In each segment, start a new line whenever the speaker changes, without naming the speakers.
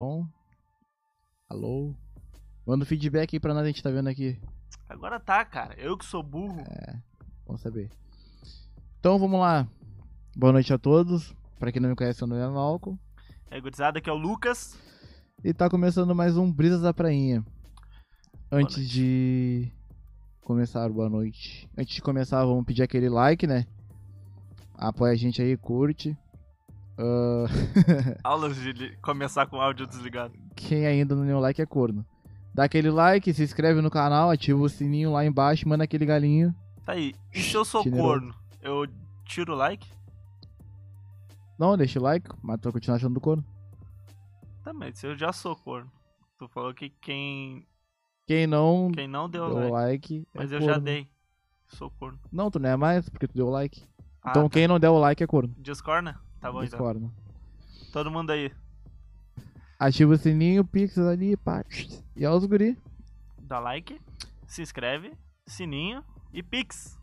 Bom? Alô? Manda um feedback aí pra nós, a gente tá vendo aqui.
Agora tá, cara. Eu que sou burro.
Bom saber. Então vamos lá. Boa noite a todos. Pra quem não me conhece, eu não é Malco.
É, gurizada, que é o Lucas.
E tá começando mais um Brisas da Prainha. Antes
noite.
de começar, boa noite. Antes de começar, vamos pedir aquele like, né? Apoia a gente aí, curte.
Aulas de li- começar com áudio desligado.
Quem ainda não deu like é corno. Dá aquele like, se inscreve no canal, ativa o sininho lá embaixo, manda aquele galinho.
Tá aí. E se eu sou
Generoso.
corno, eu tiro o like?
Não, deixa o like, mas tu vai continuar achando do corno.
Também, se eu já sou corno. Tu falou que quem,
Quem não
quem não deu
deu
like.
like. é
Mas eu
corno.
já dei. Sou corno.
Não, tu não é mais, porque tu deu like.
Ah,
então
tá.
quem não der o like é corno.
Discorna? Tá bom então.
Discorda.
Todo mundo aí.
Ativa o sininho, pixels ali, pá. E aos guri.
Dá like, se inscreve, sininho e pix.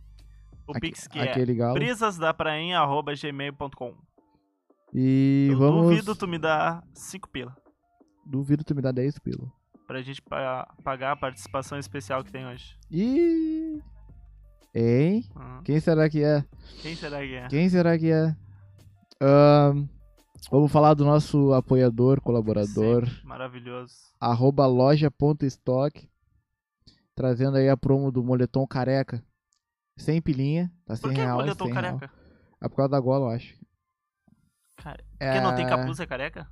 O
Aque-
pix que é
aquele galo.
brisasdaprainha.gmail.com
E
Eu
vamos.
duvido tu me dá 5 pila.
duvido tu me dá 10 pila.
pra gente pa- pagar a participação especial que tem hoje.
E. Hein?
Uhum.
Quem será que é?
Quem será que é?
Quem será que é? Ahn, vamos falar do nosso apoiador, colaborador.
Sempre Maravilhoso.
arroba loja.stock, trazendo aí a promo do moletom careca. Sem pilinha, tá 100
Por que
real,
eu tô
100 real.
careca?
É por causa da gola, eu acho.
Cara,
É...
Porque não tem capuz é careca?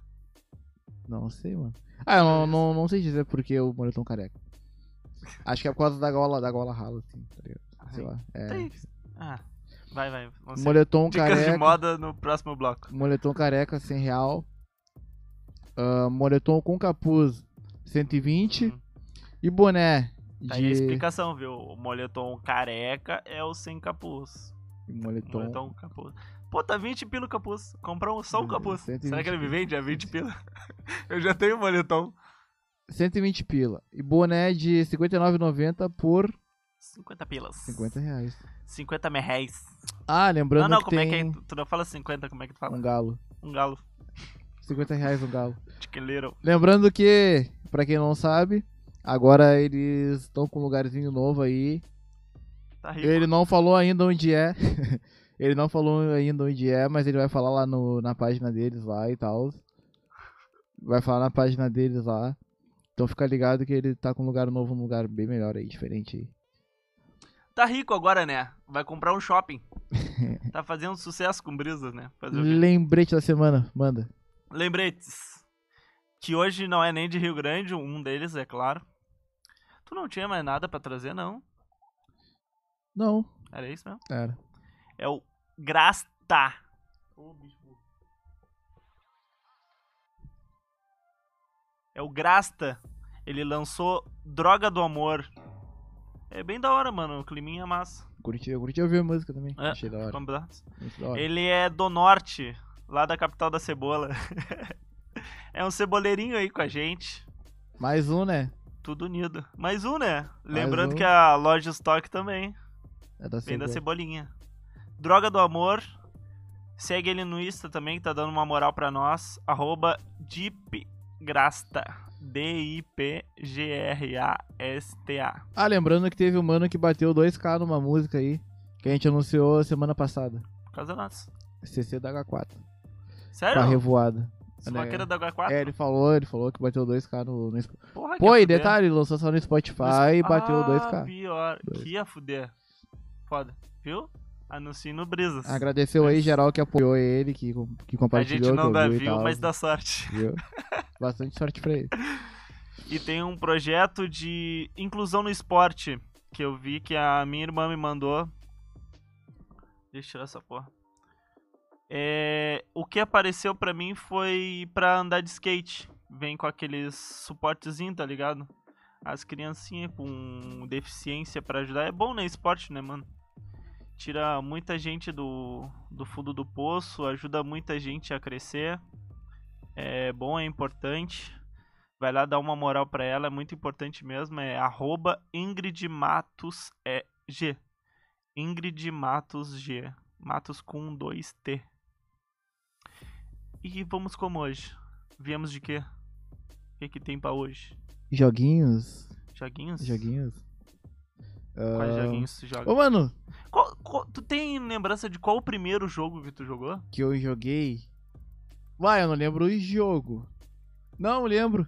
Não sei, mano. Ah, eu não, não, não sei dizer por que o moletom careca. Acho que é por causa da gola, da gola rala, assim, tá ligado? Sei
Ai,
lá. É.
Tem. Ah, vai, vai. Não sei.
Moletom
Dicas de
careca,
moda no próximo bloco.
moletom careca, 100 real. Ah, moletom com capuz, 120.
Uhum.
E boné
Tá aí a
de...
explicação, viu? O moletom careca é o sem capuz.
Moletom, Hum,
Moletom capuz. Pô, tá 20 pila o capuz. Comprou um- só um capuz.
120
Será que ele me
pila.
vende a 20 pila? Eu já tenho moletom.
120 pila. E boné de 59,90 por
50 pilas.
50 reais.
50 merréis.
Ah, lembrando
Não, não,
que
como é
tem
que é? Tu- Tu não fala 50, como é que tu fala?
um galo.
Um galo.
50 reais um galo.
Chicken Little.
Lembrando que, pra quem não sabe, agora eles estão com um lugarzinho novo aí.
Tá rico.
Ele não falou ainda onde é. ele não falou ainda onde é, mas ele vai falar lá no, na página deles lá e tal. Vai falar na página deles lá. Então fica ligado que ele tá com um lugar novo, um lugar bem melhor aí, diferente aí.
Tá rico agora, né? Vai comprar um shopping. tá fazendo sucesso com brisas, né? Fazer
Hum.
o quê?
Lembrete da semana, manda.
Lembretes. Que hoje não é nem de Rio Grande, um deles, é claro. Tu não tinha mais nada pra trazer, não.
Não,
Era isso mesmo?
Era.
É o Grasta. É o Grasta. Ele lançou Droga do Amor. É bem da hora, mano. O climinha é massa.
Curti, eu curti ouvir a música também.
É,
Achei da hora.
Vamos lá.
achei da hora.
Ele é do norte, lá da capital da cebola. é um ceboleirinho aí com a gente.
Mais um, né?
Tudo unido. Mais um, né? Lembrando
um.
que a loja estoque também
É da
vem da
Cebola.
cebolinha. Droga do amor. Segue ele no Insta também, que tá dando uma moral pra nós. Arroba DipGrasta. D-I-P-G-R-A-S-T-A.
Ah, lembrando que teve um mano que bateu 2K numa música aí, que a gente anunciou semana passada.
Por causa nossa.
CC da H4. Com a
Sério?
revoada. Tá né?
Suvaqueira da H4?
É, ele falou, ele falou que bateu 2K no, no Sp- Pô,
Porra, Ah, que
e
fuder.
detalhe, ele lançou só no Spotify e bateu
ah,
2K.
pior.
Dois.
Que ia fuder. Foda. Viu? Anuncie no Brisas.
Agradeceu aí geral que apoiou ele, que, com- que
Ah, A
compartilhou.
gente não
que
dá
ouviu e
view,
tal,
mas dá sorte.
viu? Bastante sorte pra ele.
E tem um projeto de inclusão no esporte que eu vi que a minha irmã me mandou. Deixa eu tirar essa porra. É, o que apareceu pra mim foi pra andar de skate. Vem com aqueles suportezinho, tá ligado? As criancinhas com deficiência pra ajudar. É bom, né? Esporte, né, mano? Tira muita gente do, do fundo do poço, ajuda muita gente a crescer. É bom, é importante. Vai lá dar uma moral pra ela, é muito importante mesmo. É arroba Ingrid Matos é G. Ingrid Matos G. Matos com um, 2 T. E vamos como hoje? Viemos de quê? que, que tem pra hoje?
Joguinhos.
Joguinhos?
Joguinhos.
Quais
Ah,
joguinhos tu joga?
Ô, mano,
Qual- qual- tu tem lembrança de qual o primeiro jogo que tu jogou?
que eu joguei. Vai, eu não lembro o jogo. Não lembro.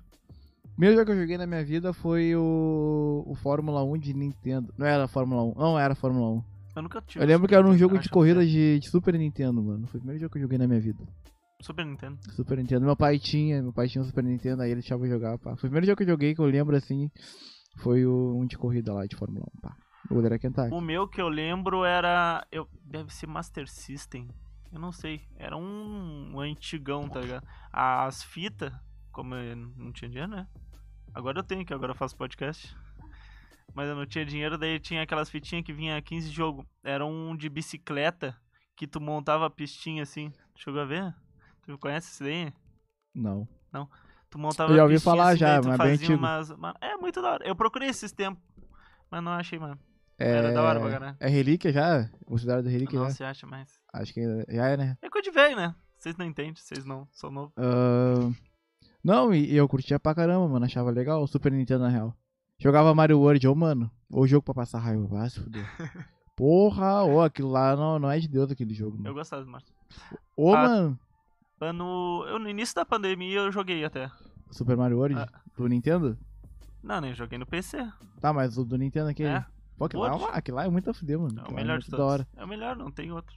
O primeiro jogo que eu joguei na minha vida foi o, o Fórmula 1 de Nintendo. Não era Fórmula 1, não era Fórmula 1.
Eu nunca tive.
Eu lembro que era um
Super
jogo
Nintendo,
de
acho
corrida de, de Super Nintendo, mano. Foi o primeiro jogo que eu joguei na minha vida.
que é. Super Nintendo.
Super Nintendo. Meu pai tinha, meu pai tinha um Super Nintendo, aí ele deixava eu jogar, pá. Foi o primeiro jogo que eu joguei que eu lembro assim. Foi o um de corrida lá de Fórmula 1, pá. O Dera Kentucky.
O meu que eu lembro era. Eu, deve ser Master System. Eu não sei. Era um, um antigão, tá ligado? As fitas, como eu não tinha dinheiro, né? Agora eu tenho, que agora eu faço podcast. Mas eu não tinha dinheiro, daí tinha aquelas fitinhas que vinha 15 jogo. Era um de bicicleta que tu montava a pistinha assim. Chegou a ver? Tu conhece isso daí?
Não.
Tu montava
Eu já ouvi
pistinha
falar
assim,
já,
daí tu
mas é bem
fazia
antigo.
umas- uma- É muito da hora. Eu procurei esses tempos, mas não achei, mano.
É,
Era da hora pra caralho.
É relíquia já? Considerado relíquia
Não
já?
se acha mais.
Acho que já é, né?
É coisa de velho, né? Vocês não entendem, vocês não são novos.
Ah. Ahn, não, e, e eu curtia pra caramba, mano. Achava legal o Super Nintendo, na real. Jogava Mario World, ô, mano. Ou jogo pra passar raiva, vai se fuder. Porra, ô, aquilo lá não, não é de Deus aquele jogo,
Eu
mano.
gostava do Mario.
Ô,
Ah.
mano,
Ano... Eu, no início da pandemia eu joguei até.
Super Mario World
Ah.
do Nintendo?
Não, nem joguei no PC.
Tá, mas o do Nintendo aquele.
É,
Pô, aquilo lá, é
World.
uma- aquilo lá é muito a fuder, mano.
é o
Aquilo lá
melhor
muito
de
da hora.
todos. É o melhor, não tem outro.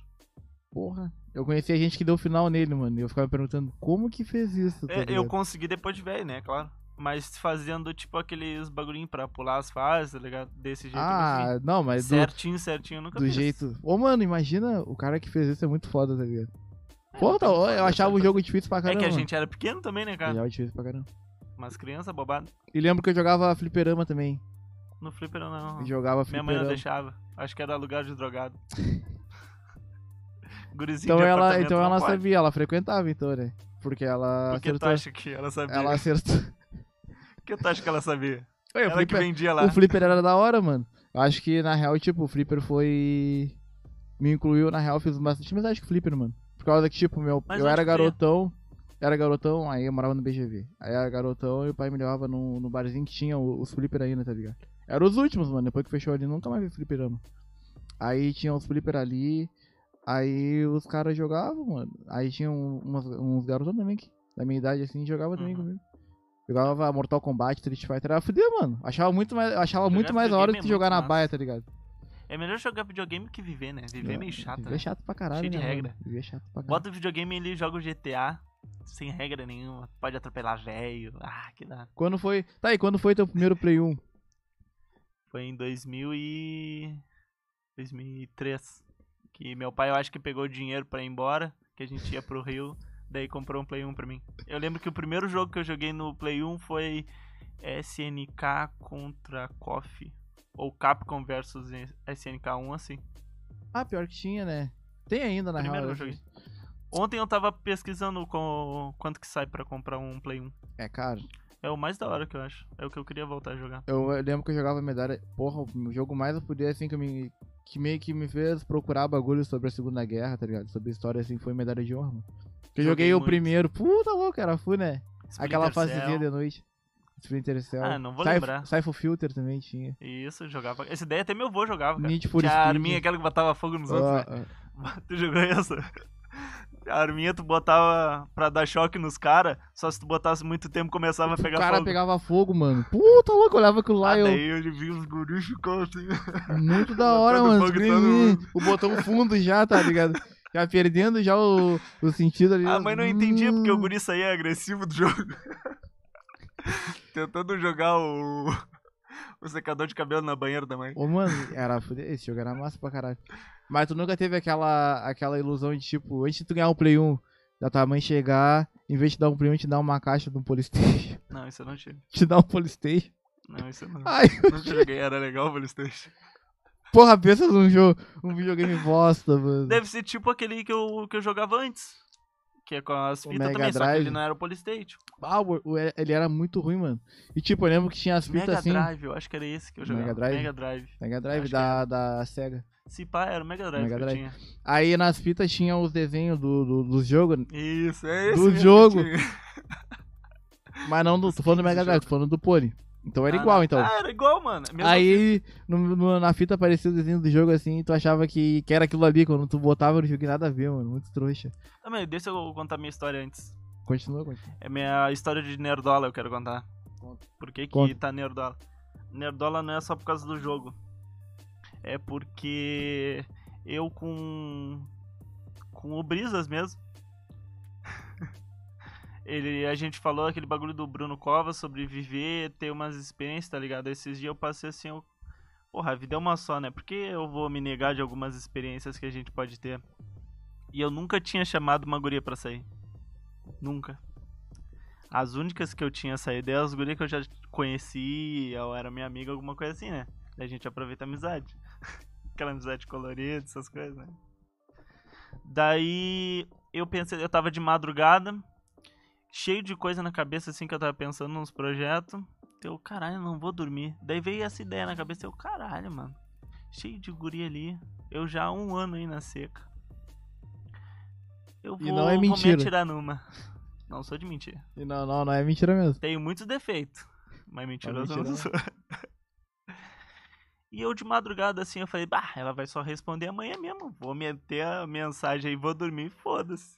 Porra. Eu conhecia gente que deu final nele, mano. E eu ficava perguntando como que fez isso. tá
É, eu
ligado?
consegui depois de velho, né? Claro. Mas fazendo tipo aqueles bagulhinhos pra pular as fases, tá ligado? Desse jeito. assim, eu consegui.
Ah, não, mas do,
certinho, certinho, eu nunca
do
fiz.
jeito. Ô, mano, imagina o cara que fez isso é muito foda, tá ligado?
É,
Pô,
não
tá,
tem
eu
como,
achava o
né?
jogo difícil pra caramba.
É que a gente era pequeno também, né, cara?
Achava difícil pra caramba.
Mas criança bobada.
E lembro que eu jogava fliperama também.
No flipper eu não.
Eu jogava
Ah. Minha mãe não
fliperama.
deixava. Acho que era lugar de drogado. Gurizinho
Então
de
ela,
apartamento
então
não
ela
pode.
sabia, ela frequentava então, né? Porque ela
Por que tu
acertou.
acha que tá ela sabia?
tá- Ela acertou.
Por que tu acha que ela sabia?
Ué, o,
ela que
flipper,
vendia lá.
o flipper era da hora, mano. Eu acho que na real, tipo, o flipper foi. Me incluiu, na real, eu fiz bastante amizade com o flipper, mano. Por causa que, tipo, meu,
Mas
eu
onde
era
que tu ia?
garotão. Era garotão, aí eu morava no BGV. Aí era garotão e o pai me levava num, num barzinho que tinha o- os flipper ainda, tá ligado? Eram os últimos, mano. Depois que fechou ali, nunca mais vi fliperama. Aí tinha os flipper ali. Aí os caras jogavam, mano. Aí tinha um- umas- uns garotão também que, da minha idade, assim, jogava também
Uhum.
comigo. Jogava Mortal Kombat, Street Fighter. Era fuder, mano. Achava muito mais, achava
Jogar
muito mais a hora que
videogame é
jogar
muito
na
massa.
baia, tá ligado?
É melhor jogar videogame que viver, né? Viver é meio chato,
Viver
né?
é chato pra caralho,
Cheio de
né, mano?
regra.
Viver é chato pra caralho.
Bota o videogame e ele joga o GTA sem regra nenhuma. Pode atropelar velho. Ah, que dá.
Quando foi... Tá, e quando foi teu primeiro Play 1?
Foi em 2000 e 2003 que meu pai eu acho que pegou dinheiro pra ir embora, que a gente ia pro Rio, daí comprou um Play 1 pra mim. Eu lembro que o primeiro jogo que eu joguei no Play 1 foi SNK contra KOF ou Capcom versus SNK 1 assim.
Ah, pior que tinha, né? Tem ainda, na
Primeiro
real.
eu
eu
joguei.
acho.
Ontem eu tava pesquisando com quanto que sai pra comprar um Play 1.
É, cara.
É o mais da hora que eu acho. É o que eu queria voltar a jogar.
Eu eu lembro que eu jogava medalha. Porra, o jogo mais eu podia assim que eu me. Que meio que me fez procurar bagulho sobre a Segunda Guerra, tá ligado? Sobre história assim, foi medalha de honra, mano. Que eu
Joguei
joguei, o
muito.
primeiro. Puta louco, era full, né? Aquela
Splinter
fasezinha de
Cell.
noite. Splinter Cell.
Ah, não vou
Syf-
lembrar.
Syphon Filter também tinha.
Isso, eu jogava. Essa ideia até meu avô jogava, cara.
Need for
Tinha
Speed.
a arminha, aquela que botava fogo nos outros, né?
Ah, ah.
Tu jogou essa? A arminha tu botava pra dar choque nos caras, só se tu botasse muito tempo começava a
O
pegar
cara
fogo.
pegava fogo, mano. Puta louco, eu olhava aquilo lá
Ah,
e eu.
daí eu vi os guris ficando assim.
Muito da hora,
Botando
mano.
fogo em
Scream
todo
In, o botão fundo já, tá ligado? Já perdendo já o, o sentido ali.
Ah, mas não entendia porque o
Hum.
guri saía agressivo do jogo. Tentando jogar o... o secador de cabelo na banheira da mãe.
Ô, mano, era fude- esse jogo era massa pra caralho. Mas tu nunca teve aquela, aquela ilusão de tipo, antes de tu ganhar um Play 1, da tua mãe chegar, em vez de te dar um Play 1, te dar uma caixa de um Polystation.
Não, isso eu não tive.
te dar um Polystation.
Não, isso eu não.
Ai,
Nunca joguei, era legal o Playstation.
porra, pensa num jogo, um videogame bosta, mano.
Deve ser tipo aquele que eu, que eu jogava antes. Que é com as
O
fitas
Mega
também, só que
Drive.
ele não era o Polystation.
Ah, o- o- ele era muito ruim, mano. E tipo, eu lembro que tinha as fitas
Mega
assim.
Drive, eu acho que era esse que eu jogava.
Mega Drive?
Mega Drive.
Mega
Acho
Drive
que é.
da, da SEGA.
Se pá, era o Mega Drive
Mega
que eu
Drive.
tinha.
Aí nas fitas tinha os desenhos do, do, dos jogos.
Isso, é esse.
Do
mesmo que eu
jogo.
tinha.
Mas não, do, tô falando do Mega Drive, tô falando do Pony. Então era
Ah,
igual,
não.
então.
Ah, era igual, mano. Mesmo
Aí, no- no- na fita aparecia o desenho do jogo assim, e tu achava que, que era aquilo ali, quando tu botava no jogo nada a ver, mano. Muito trouxa.
Ah, mas deixa eu contar minha história antes.
Continua, continua.
É minha história de nerdola, eu quero contar.
Conta.
Por que que
Conta.
tá nerdola? Nerdola não é só por causa do jogo. É porque eu com com o Brisas mesmo. Ele, a gente falou aquele bagulho do Bruno Covas sobre viver, ter umas experiências, tá ligado? Esses dias eu passei assim, eu... porra, a vida é uma só, né? Por que eu vou me negar de algumas experiências que a gente pode ter? E eu nunca tinha chamado uma guria pra sair. Nunca. As únicas que eu tinha saído eram as gurias que eu já conheci, ou era minha amiga, alguma coisa assim, né? Daí a gente aproveita a amizade. Aquela amizade colorida, essas coisas, né? Daí eu pensei, eu tava de madrugada, cheio de coisa na cabeça, assim, que eu tava pensando nos projetos. Eu, caralho, eu não vou dormir. Daí veio essa ideia na cabeça, eu, caralho, mano. Cheio de guria ali. Eu já há um ano aí na seca. Eu
E
vou,
não é
vou me
mentira.
atirar numa. Não sou de mentir.
E não, não, não é mentira mesmo.
Tenho muitos defeitos, mas mentiroso eu não
mentiroso.
sou. E eu de madrugada assim, eu falei, bah, ela vai só responder amanhã mesmo. Vou meter a mensagem aí, vou dormir, foda-se.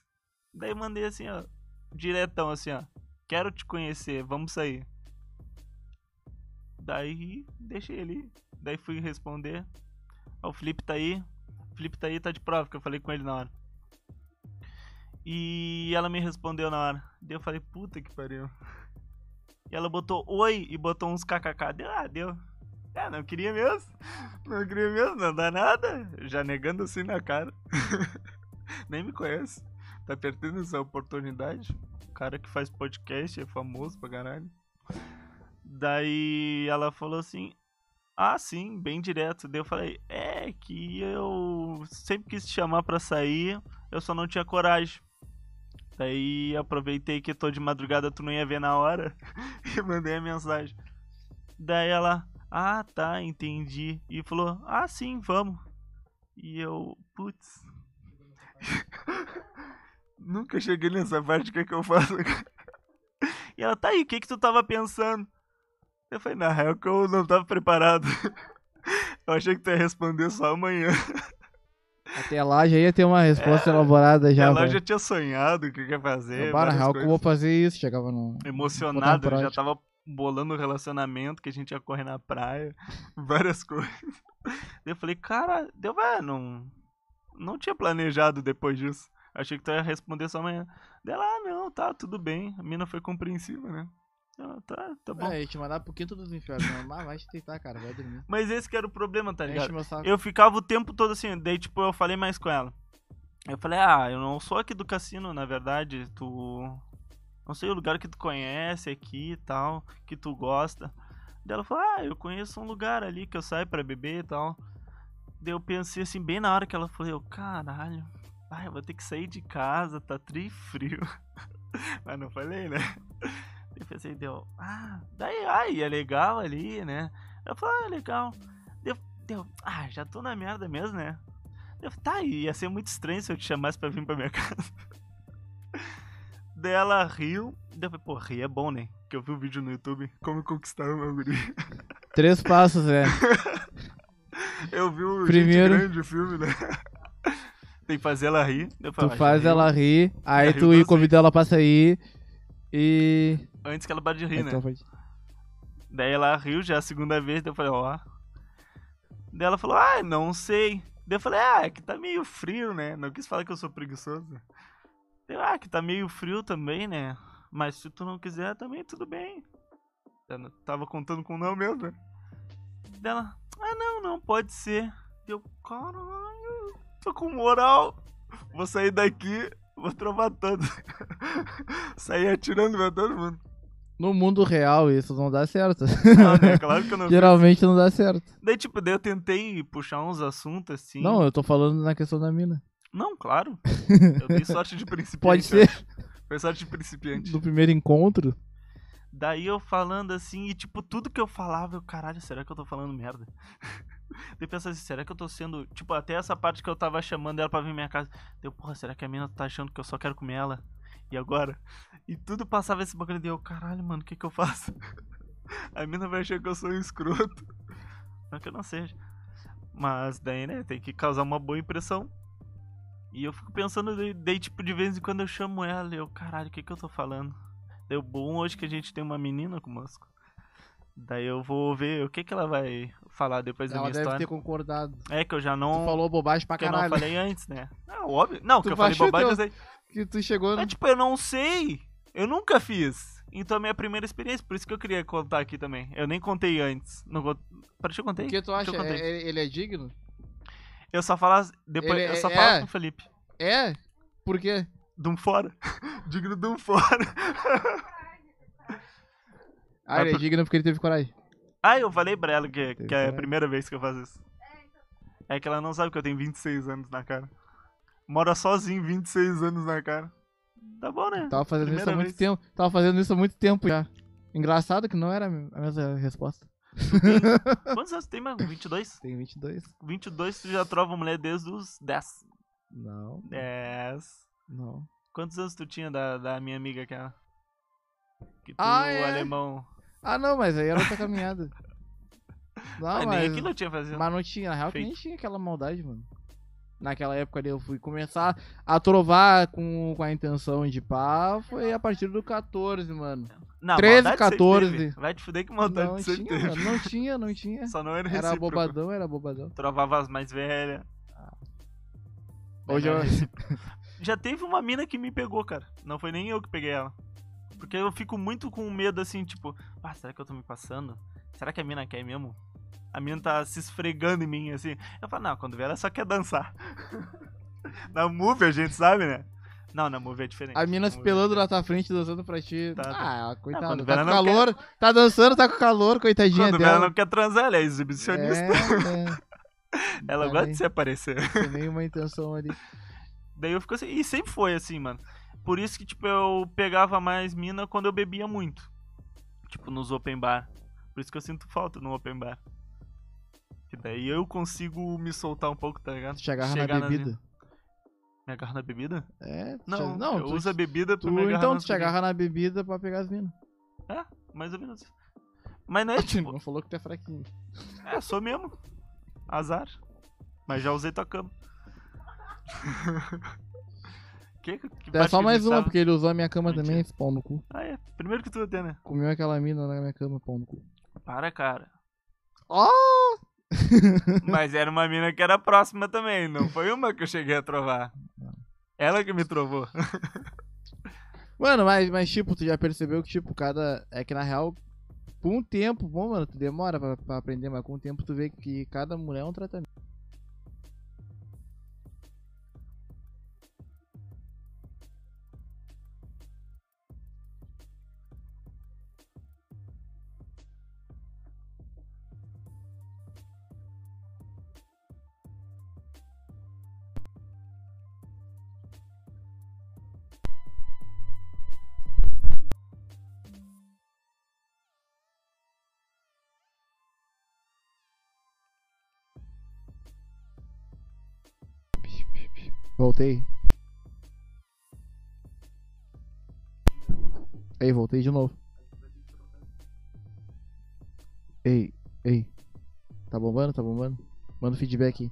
Daí mandei assim, ó, diretão assim, ó. Quero te conhecer, vamos sair. Daí deixei ele. Daí fui responder. Ó, o Felipe tá aí. O Felipe tá aí, tá de prova, que eu falei com ele na hora. E ela me respondeu na hora. Daí eu falei, puta que pariu. E ela botou oi e botou uns kkk. Deu, ah, deu. Ah, não queria mesmo. Não queria mesmo, não dá nada. Já negando assim na cara. Nem me conhece. Tá perdendo essa oportunidade. O cara que faz podcast é famoso pra caralho. Daí ela falou assim: Ah, sim, bem direto. Daí eu falei: É que eu sempre quis te chamar pra sair, eu só não tinha coragem. Daí aproveitei que tô de madrugada, tu não ia ver na hora e mandei a mensagem. Daí ela, ah tá, entendi. E falou, ah sim, vamos. E eu, putz. Nunca cheguei nessa parte, o que é que eu faço? e ela, tá aí, o que que tu tava pensando? Eu falei, na real que eu não tava preparado. eu achei que tu ia responder só amanhã.
Até lá já ia ter uma resposta elaborada já.
ela
velho.
É, já tinha sonhado o que que ia fazer.
Bah, na
várias
real que eu
coisas.
vou fazer isso, chegava no.
emocionado,
Botar em
eu já
prática.
tava bolando o relacionamento, que a gente ia correr na praia, várias coisas. Daí eu falei, cara, deu, velho, não, não tinha planejado depois disso. Achei que tu ia responder só amanhã. Daí ela, ah, não, tá, tudo bem. A mina foi compreensiva, né? Ela, tá, tá bom.
É, ia te mandar pro quinto dos infernos, mas vai te deitar, cara, vai dormir.
Mas esse que era o problema, tá ligado?
Enche meu saco.
Eu ficava o tempo todo assim, daí tipo, eu falei mais com ela. Eu falei, ah, eu não sou aqui do cassino, na verdade, tu. Não sei o lugar que tu conhece aqui e tal, que tu gosta. Daí ela falou, ah, eu conheço um lugar ali que eu saio pra beber e tal. Daí eu pensei assim, bem na hora que ela falou, eu, caralho, ai, eu vou ter que sair de casa, tá tri frio. Mas não falei, né? Daí Eu pensei, deu, ah, daí, ai, é legal ali, né? Ela falou, ah, é legal. Daí eu- daí eu, ah, já tô na merda mesmo, né? Daí Eu, tá, e ia ser muito estranho se eu te chamasse pra vir pra minha casa. Daí ela riu, daí eu falei, pô, rir é bom, né? Que eu vi o vídeo no YouTube, como conquistar uma guria.
Três passos, é.
Eu vi o
Primeiro-
gente grande o filme, né? Tem que fazer ela rir. daí eu
Tu
falei, ah, já
faz
riu.
ela rir, aí
riu
tu
duas
convida ela pra sair e. Então
Antes que ela pare de rir,
Aí
né?
tu faz-
Daí ela riu já a segunda vez, daí eu falei, ó. Daí ela falou, ah, não sei. Daí eu falei, ah, é que tá meio frio, né? Não quis falar que eu sou preguiçoso. Daí, eu, ah, que tá meio frio também, né? Mas se tu não quiser também, tudo bem. Eu não- tava contando com não mesmo, né? Daí ela, ah, não, não, pode ser. Deu, caralho, tô com moral. Vou sair daqui, vou trovar todo. Saí atirando pra todo mundo.
No mundo real isso não dá certo.
Não, né? Claro que eu não
Geralmente não dá certo.
Daí, tipo, daí eu tentei puxar uns assuntos assim.
Não, eu tô falando na questão da mina.
Não, claro. Eu dei sorte de principiante.
Pode
eu
ser
acho. Foi sorte de principiante.
do primeiro encontro.
Daí eu falando assim, e tipo, tudo que eu falava, eu, caralho, será que eu tô falando merda? Daí eu pensava assim, será que eu tô sendo. Tipo, até essa parte que eu tava chamando ela pra vir minha casa. Deu, porra, será que a mina tá achando que eu só quero comer ela? E agora? E tudo passava esse bagulho de eu, caralho, mano, o que que eu faço? A mina vai achar que eu sou um escroto. Não que eu não seja. Mas daí, né, tem que causar uma boa impressão. E eu fico pensando, daí, daí, tipo, de vez em quando eu chamo ela e eu, caralho, o que que eu tô falando? Deu bom hoje que a gente tem uma menina conosco. Daí eu vou ver o que que ela vai falar depois da
Ela
minha
deve ter
história.
concordado. Tu
É que eu já não...
falou bobagem pra
que eu não
caralho.
falei antes, né? Não, óbvio. Não,
Tu
que eu falei
baixou
bobagem,
teu-
eu sei.
Que tu chegou no...
É tipo, eu não sei. Eu nunca fiz. Então é a minha primeira experiência, por isso que eu queria contar aqui também. Eu nem contei antes. Não cont... Pra eu contei?
O que tu acha?
eu contei.
É- é- ele é digno?
Eu só falo as- depois
Ele
eu só
é-
falo
é.
com o Felipe.
É? Por quê?
Dum fora. Digno dum fora.
Ah, ele é
por-
digno porque ele teve coragem.
Ah, eu falei pra ela que,
Teve
que é a
coragem.
primeira vez que eu faço isso. É que ela não sabe que eu tenho 26 anos na cara. Mora sozinho 26 anos na cara. Tá bom, né?
Tava fazendo isso há
Primeira
muito
vez.
tempo. Tava fazendo isso há muito tempo já. Engraçado que não era a mesma resposta.
Quantos anos tu tem, mano? 22?
Tem 22?
22 tu já trova mulher desde os 10.
Não.
10.
Não.
Quantos anos tu tinha da, da minha amiga aquela? Que tu,
Ah, é.
alemão.
Ah, não, mas aí era outra caminhada. Não,
Ah, nem
mas...
aquilo eu tinha fazendo.
Mas não tinha, na real, que
Feito.
nem tinha aquela maldade, mano. Naquela época ali eu fui começar a trovar com, com a intenção de pá, foi a partir do 14, mano.
Não,
13,
maldade sempre
14.
teve. Vai te fuder que maldade
Não
você
tinha,
teve.
mano, não tinha, não tinha.
Só não era
Era
recíproco.
bobadão, era bobadão.
Trovava as mais velhas.
Hoje eu...
Era Já teve uma mina que me pegou, cara. Não foi nem eu que peguei ela. Porque eu fico muito com medo, assim, tipo... Ah, será que eu tô me passando? Será que a mina quer mesmo? A mina tá se esfregando em mim, assim. Eu falo, não, quando vier ela só quer dançar. na movie a gente sabe, né? Não, na movie é diferente.
A mina se
Na movie é
pelando na tua frente, dançando pra ti.
Tá,
ah, coitada,
quando
tá
ela
com
não
calor. Tá dançando, tá com calor, coitadinha
é Quando ela
dela.
não quer transar, ela é exibicionista.
É,
ela
tá
gosta
bem.
de se aparecer.
é, tem meio uma intenção ali.
Daí eu fico assim. E sempre foi assim, mano. Por isso que, tipo, eu pegava mais mina quando eu bebia muito. Tipo, nos open bar. Por isso que eu sinto falta no open bar. Que daí eu consigo me soltar um pouco, tá ligado?
Tu te agarra na
Chegar nas
bebida.
min- Me agarra na bebida?
É, tu
Não,
te... não
eu
tu,
uso a bebida pra
tu,
me agarrar
então
nas
tu te
gurias.
agarra na bebida pra pegar as minas.
Mais ou menos. Mas não é, tipo,
Não falou que tu é fraquinho.
é, sou mesmo. Azar. Mas já usei tua cama. que, que
É
parte
só
que
mais uma,
estava?
porque ele usou a minha cama
Mentira.
também, esse pau no cu.
Ah, é. Primeiro que tu até, né?
Comeu aquela mina na minha cama, pau no cu.
Para, cara.
Ó!
Mas era uma mina que era próxima também, não foi uma que eu cheguei a trovar. Ela que me trovou.
Mano, mas, mas tipo, tu já percebeu que, tipo, cada. É que na real, com o tempo, bom, mano, tu demora pra, pra aprender, mas com o tempo tu vê que cada mulher é um tratamento. Voltei. Ei, voltei de novo. Ei, ei. Tá bombando? Tá bombando? Manda um feedback aí.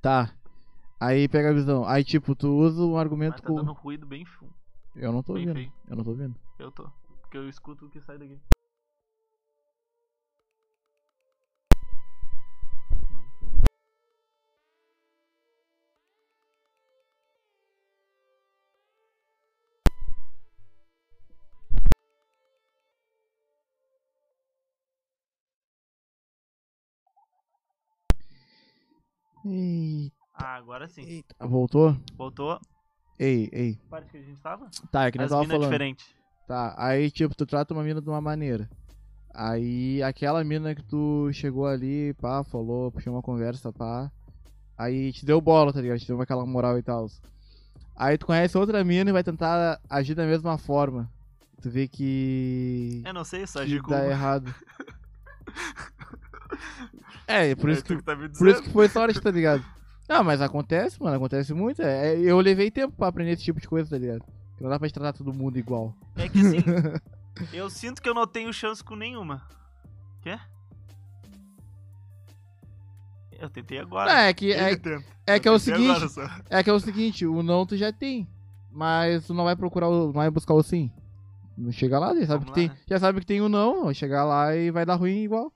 Tá. Aí pega a visão. Aí, tipo, tu usa um
Mas
argumento
tá
com.
dando ruído bem fundo.
Eu não tô
bem
ouvindo.
feio.
Eu não tô ouvindo.
Eu tô. Porque eu escuto o que sai daqui.
Ei,
Ah, agora sim.
Eita, voltou?
Voltou.
Ei, ei.
Parte que a gente tava?
Tá, é que nem eu
As
tava
minas
falando.
diferentes.
Tá, aí tipo, tu trata uma mina de uma maneira. Aí aquela mina que tu chegou ali, pá, falou, puxou uma conversa, pá. Aí te deu bola, tá ligado? Te deu aquela moral e tal. Aí tu conhece outra mina e vai tentar agir da mesma forma. Tu vê que.
Eu não sei, só
que
digo.
dá errado. é, por isso que
tá me
por
dizendo.
isso que foi sorte, tá é, ligado? Ah, mas acontece, mano, acontece muito. É, eu levei tempo pra aprender esse tipo de coisa, tá ligado? Que não dá pra gente tratar todo mundo igual.
É que assim, eu sinto que eu não tenho chance com nenhuma. Quê? Eu tentei agora.
É, é que é, é que é o seguinte,
seguinte.
é que é o seguinte, o não tu já tem, mas tu não vai procurar, o, não vai buscar o sim. Não chega lá, já sabe
Vamos
que
lá,
tem,
né?
já sabe que tem o não, vai chegar lá e vai dar ruim igual.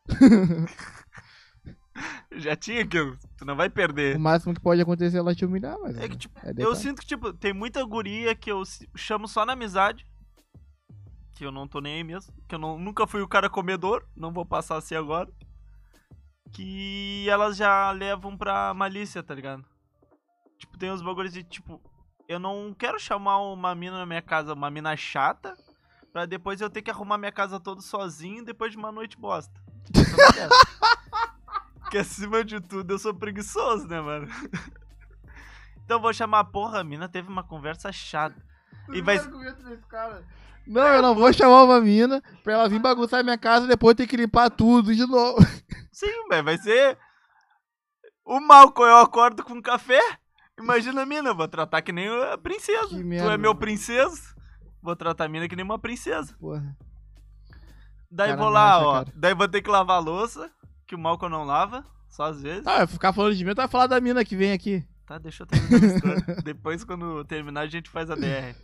Já tinha aquilo. Tu não vai perder.
O máximo que pode acontecer é ela te humilhar, mas
É que, tipo,
é
eu
detalhe.
sinto que, tipo, tem muita guria que eu se- chamo só na amizade. Que eu não tô nem aí mesmo. Que eu não- nunca fui o cara comedor. Não vou passar a ser agora. Que elas já levam pra malícia, tá ligado? Tipo, tem uns bagulhos de, tipo... Eu não quero chamar uma mina na minha casa, uma mina chata. Pra depois eu ter que arrumar minha casa toda sozinho depois de uma noite bosta. Isso não quero. Porque acima de tudo eu sou preguiçoso, né, mano? Então vou chamar a porra, a mina teve uma conversa chata. E vai.
Não, eu não vou chamar uma mina pra ela vir bagunçar minha casa e depois ter que limpar tudo de novo.
Sim, velho, vai ser. O mal quando eu acordo com café. Imagina a mina, eu vou tratar que nem a princesa.
Que
tu é
merda,
meu
mano.
princesa. Vou tratar a mina que nem uma princesa.
Porra.
Daí
Cara,
vou
me
lá,
acha,
ó.
cara.
Daí vou ter que lavar a louça, que o Malco não lava, só às vezes.
Tá, vai ficar falando de mim, tu vai falar da mina que vem aqui.
Tá, deixa eu terminar a história. Depois, quando terminar, a gente faz a DR.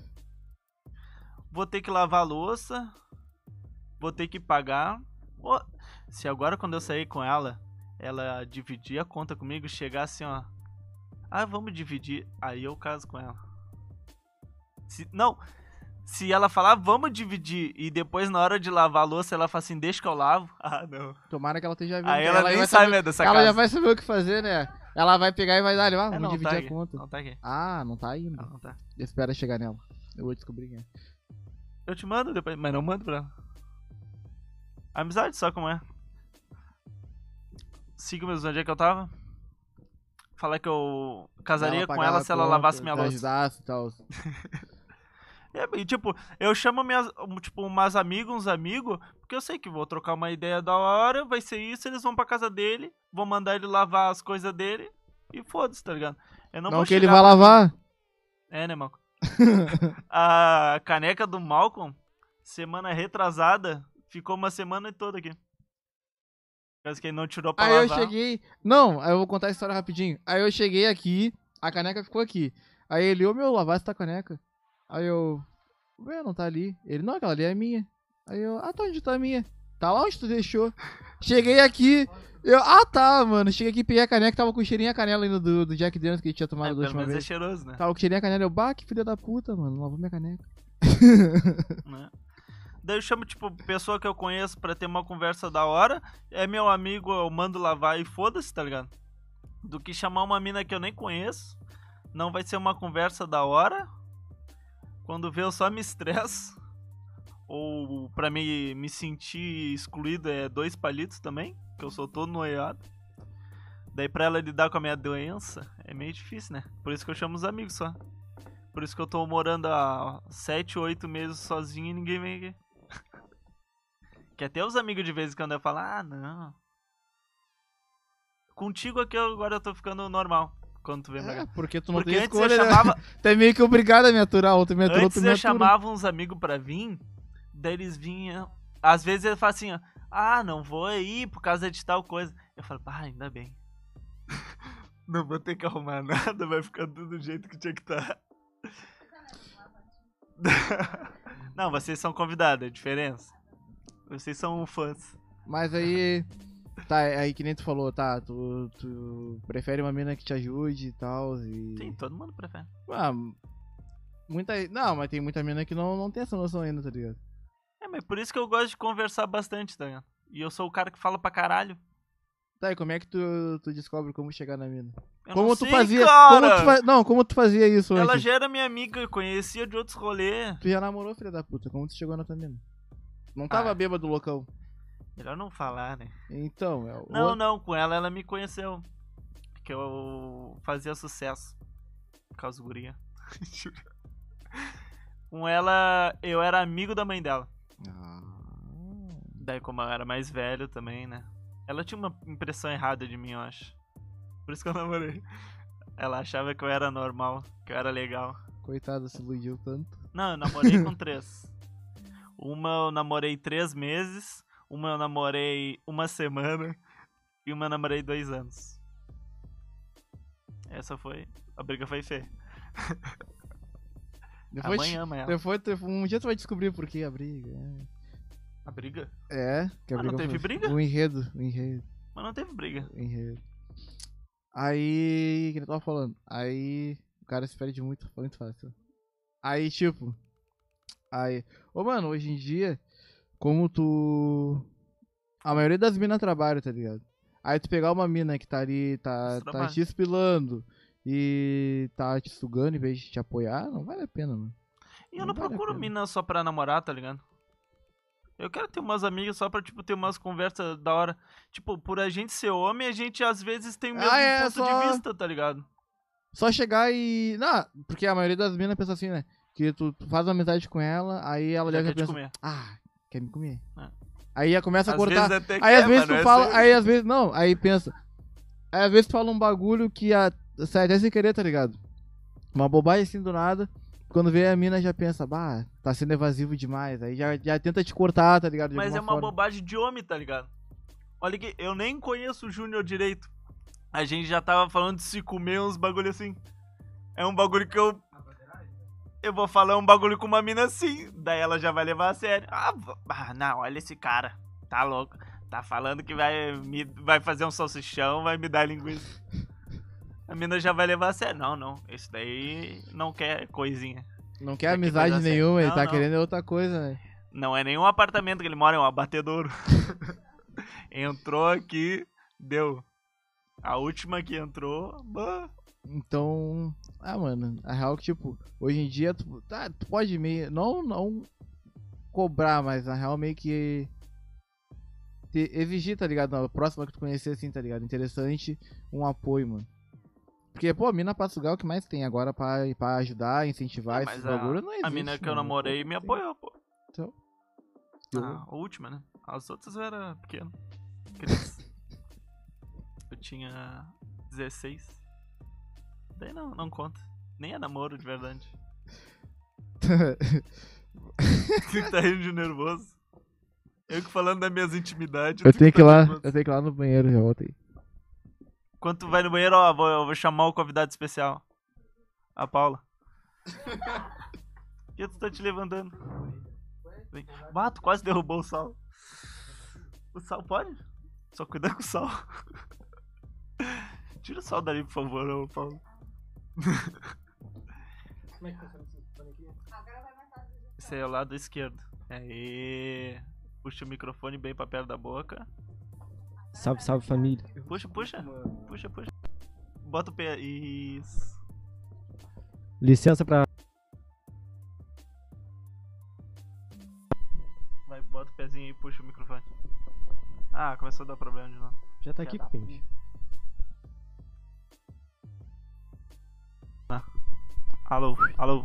Vou ter que lavar a louça. Vou ter que pagar. Ô, Se agora, quando eu sair com ela, ela dividir a conta comigo e chegar assim, ó. Ah, vamos dividir. Aí eu caso com ela. Se- não. Se ela falar, vamos dividir, e depois na hora de lavar a louça ela fala assim, deixa que eu lavo. Ah, não.
Tomara que ela esteja vendo.
Aí
que
ela,
aí
nem
vai
sai
saber-
né, dessa
Ela
casa.
já vai saber o que fazer, né? Ela vai pegar e vai dar, ah,
É,
vamos
não, tá
dividir
aqui.
a conta.
Não tá aqui.
Ah, não tá indo.
Não, não tá.
Espera chegar nela. Eu vou descobrir quem é.
Eu te mando depois, mas não mando pra ela. Amizade, só como é. Cinco minutos, onde é que eu tava? Falar que eu casaria
Ela
com
pagar
ela
a
se ela
conta,
lavasse minha
te
louça.
ajudasse e tal.
É, e tipo, eu chamo minhas, um, tipo, umas amigas, uns amigos, porque eu sei que vou trocar uma ideia da hora, vai ser isso, eles vão pra casa dele, vou mandar ele lavar as coisas dele e foda-se, tá ligado? Eu não,
Não,
vou
que ele
chegar
vai
pra-
lavar.
É, né, Malcolm? a caneca do Malcolm, semana retrasada, ficou uma semana toda aqui. Parece que ele não tirou pra
Aí eu
lavar.
cheguei. Não, aí eu vou contar a história rapidinho. Aí eu cheguei aqui, a caneca ficou aqui. Aí ele, ô meu, lavar essa caneca. Aí eu. Ué, não tá ali. Ele, não, aquela ali é minha. Aí eu, ah, tá onde tá a minha? Tá lá onde tu deixou. Cheguei aqui. Eu, ah tá, mano. Cheguei aqui, peguei a caneca, tava com cheirinho a canela ainda do, do Jack Daniels que ele tinha
É,
tomado da
pelo
última
menos é
vez. Tá.
cheiroso, né?
Tava com cheirinho a canela, eu, bah, que filha da puta, mano. Lavou minha caneca.
né? Daí eu chamo, tipo, pessoa que eu conheço pra ter uma conversa da hora. É meu amigo, eu mando lavar e foda-se, tá ligado? Do que chamar uma mina que eu nem conheço. Não vai ser uma conversa da hora. Quando vê, eu só me estresso. Ou pra me, me sentir excluído é dois palitos também. Que eu sou todo noiado. Daí pra ela lidar com a minha doença é meio difícil, né? Por isso que eu chamo os amigos só. Por isso que eu tô morando há 7, 8 meses sozinho e ninguém vem aqui. que até os amigos de vez em quando eu falo, ah, não. Contigo aqui eu- agora eu tô ficando normal quando tu vem pra
É,
cá.
porque tu não
Porque
tem
antes eu
escolha, né?
chamava,
Tu é meio que obrigado a me aturar, ou tu me aturou, tu
Antes
me
eu
atura.
chamava uns amigos pra vir, daí eles vinham. Às vezes ele fala assim, ó, ah, não vou aí por causa de tal coisa. Eu falo, ah, ainda bem. não vou ter que arrumar nada, vai ficar tudo do jeito que tinha que tá. estar. não, vocês são convidados, é a diferença. Vocês são fãs.
Mas aí. Tá, aí que nem tu falou, tá, tu, tu prefere uma mina que te ajude e tal. E...
Sim, todo mundo prefere.
Ah, muita. Não, mas tem muita mina que não, não tem essa noção ainda, tá ligado?
É, mas por isso que eu gosto de conversar bastante, tá ligado? E eu sou o cara que fala pra caralho.
Tá, e como é que tu, tu descobre como chegar na mina?
Eu
como
não
tu
sei,
fazia.
cara!
Como tu fa... Não, como tu fazia isso
Ela
antes?
já era minha amiga, eu conhecia de outros rolês.
Tu já namorou, filha da puta, como tu chegou na tua mina? Não tava
Ah.
bêbado, loucão.
Melhor não falar, né?
Então, é o.
Não, não, com ela ela me conheceu. Que eu fazia sucesso. Por causa do guria. com ela, eu era amigo da mãe dela.
Ah.
Daí, como eu era mais velho também, né? Ela tinha uma impressão errada de mim, eu acho. Por isso que eu namorei. Ela achava que eu era normal, que eu era legal.
Coitado, se iludiu tanto.
Não, eu namorei com três. Uma eu namorei três meses, uma eu namorei uma semana e uma eu namorei dois anos. Essa foi. A briga foi feia.
Depois,
Amanhã, amanhã.
depois tu- um dia tu vai descobrir por que a briga. é.
A briga?
É, que a
Ah,
briga
não
foi-
teve briga?
O enredo, o enredo,
Mas não teve briga.
o enredo. Aí, o que eu tava falando? Aí, o cara se perde muito, muito fácil. Aí, tipo, aí, ô mano, hoje em dia, como tu a maioria das minas trabalha, tá ligado? Aí tu pegar uma mina que tá ali, tá,
Eles
tá
trabalham.
te espilando e tá te sugando em vez de te apoiar, não vale a pena, mano.
E eu
Não
não
vale a
procuro
pena.
mina só pra namorar, tá ligado? Eu quero ter umas amigas só pra, tipo, ter umas conversas da hora. Tipo, por a gente ser homem, a gente às vezes tem o
Ah,
mesmo
é,
ponto
só-
de vista, tá ligado?
Só chegar e. Não, porque a maioria das minas pensa assim, né? Que tu, tu faz uma amizade com ela, aí ela
Já
já
quer te
pensa,
comer.
ah, quer me comer.
É.
Aí ela começa a
Às
cortar.
vezes até
aí
quer,
às vezes
mas não
tu
é
fala.
sempre.
Aí às vezes. Não, aí pensa. Aí às vezes tu fala um bagulho que a, sai até sem querer, tá ligado? Uma bobagem assim do nada. Quando vê a mina já pensa, bah, tá sendo evasivo demais. Aí já, já tenta te cortar, tá ligado? De
Mas é
alguma
uma
forma.
bobagem de homem, tá ligado? Olha que eu nem conheço o Júnior direito. A gente já tava falando de se comer uns bagulho assim. É um bagulho que eu. Eu vou falar um bagulho com uma mina assim. Daí ela já vai levar a sério. Ah, v- ah, não, olha esse cara. Tá louco. Tá falando que vai, me, vai fazer um salsichão, vai me dar linguiça. A mina já vai levar a sério. Não, não. Isso daí não quer coisinha.
Não quer
Isso aqui é coisa
amizade
séria.
nenhuma, ele
Não,
tá
não.
querendo outra coisa, né?
Não é nenhum apartamento que ele mora, é um abatedouro. entrou aqui, deu. A última que entrou, bah,
Então, ah, mano, a real que, tipo, hoje em dia, tu, tá, tu pode meio, não, não cobrar, mas na real meio que te exigir, tá ligado? Na próxima que tu conhecer, assim, tá ligado? Interessante um apoio, mano. Porque, pô, a mina pra sugar é o que mais tem agora pra, pra ajudar, incentivar
Ah,
esses
mas a-
bagulho, não existe. né?
a mina que eu
mano. Tipo,
namorei me
Tem-
apoiou, pô.
tem-
Ah, a última, né? As outras eu era pequeno. Criança. eu tinha 16. Daí não, não conta. Nem é namoro de verdade. Tu tá rindo de nervoso. Eu que falando das minhas intimidades.
eu
tu
tenho que
tá
ir lá,
nervoso.
eu tenho que ir lá no banheiro, já voltei.
Quando tu vai no banheiro, ó, vou, eu vou chamar o convidado especial. A Paula. Por que tu tá te levantando? Vem. Bah, tu quase derrubou o sal. O sal pode? Só cuidar com o sal. Tira o sal dali, por favor, ô Paulo.
Como é que funciona esse fone aqui?
Esse aí é o lado esquerdo. Aí. Puxa o microfone bem pra perto da boca.
Salve, salve família.
Puxa, puxa. Puxa, puxa. Bota o pé. Isso.
Licença pra.
Vai, bota o pezinho e puxa o microfone. Ah, começou a dar problema de novo.
Já tá aqui,
Já tá.
pente.
Alô, alô.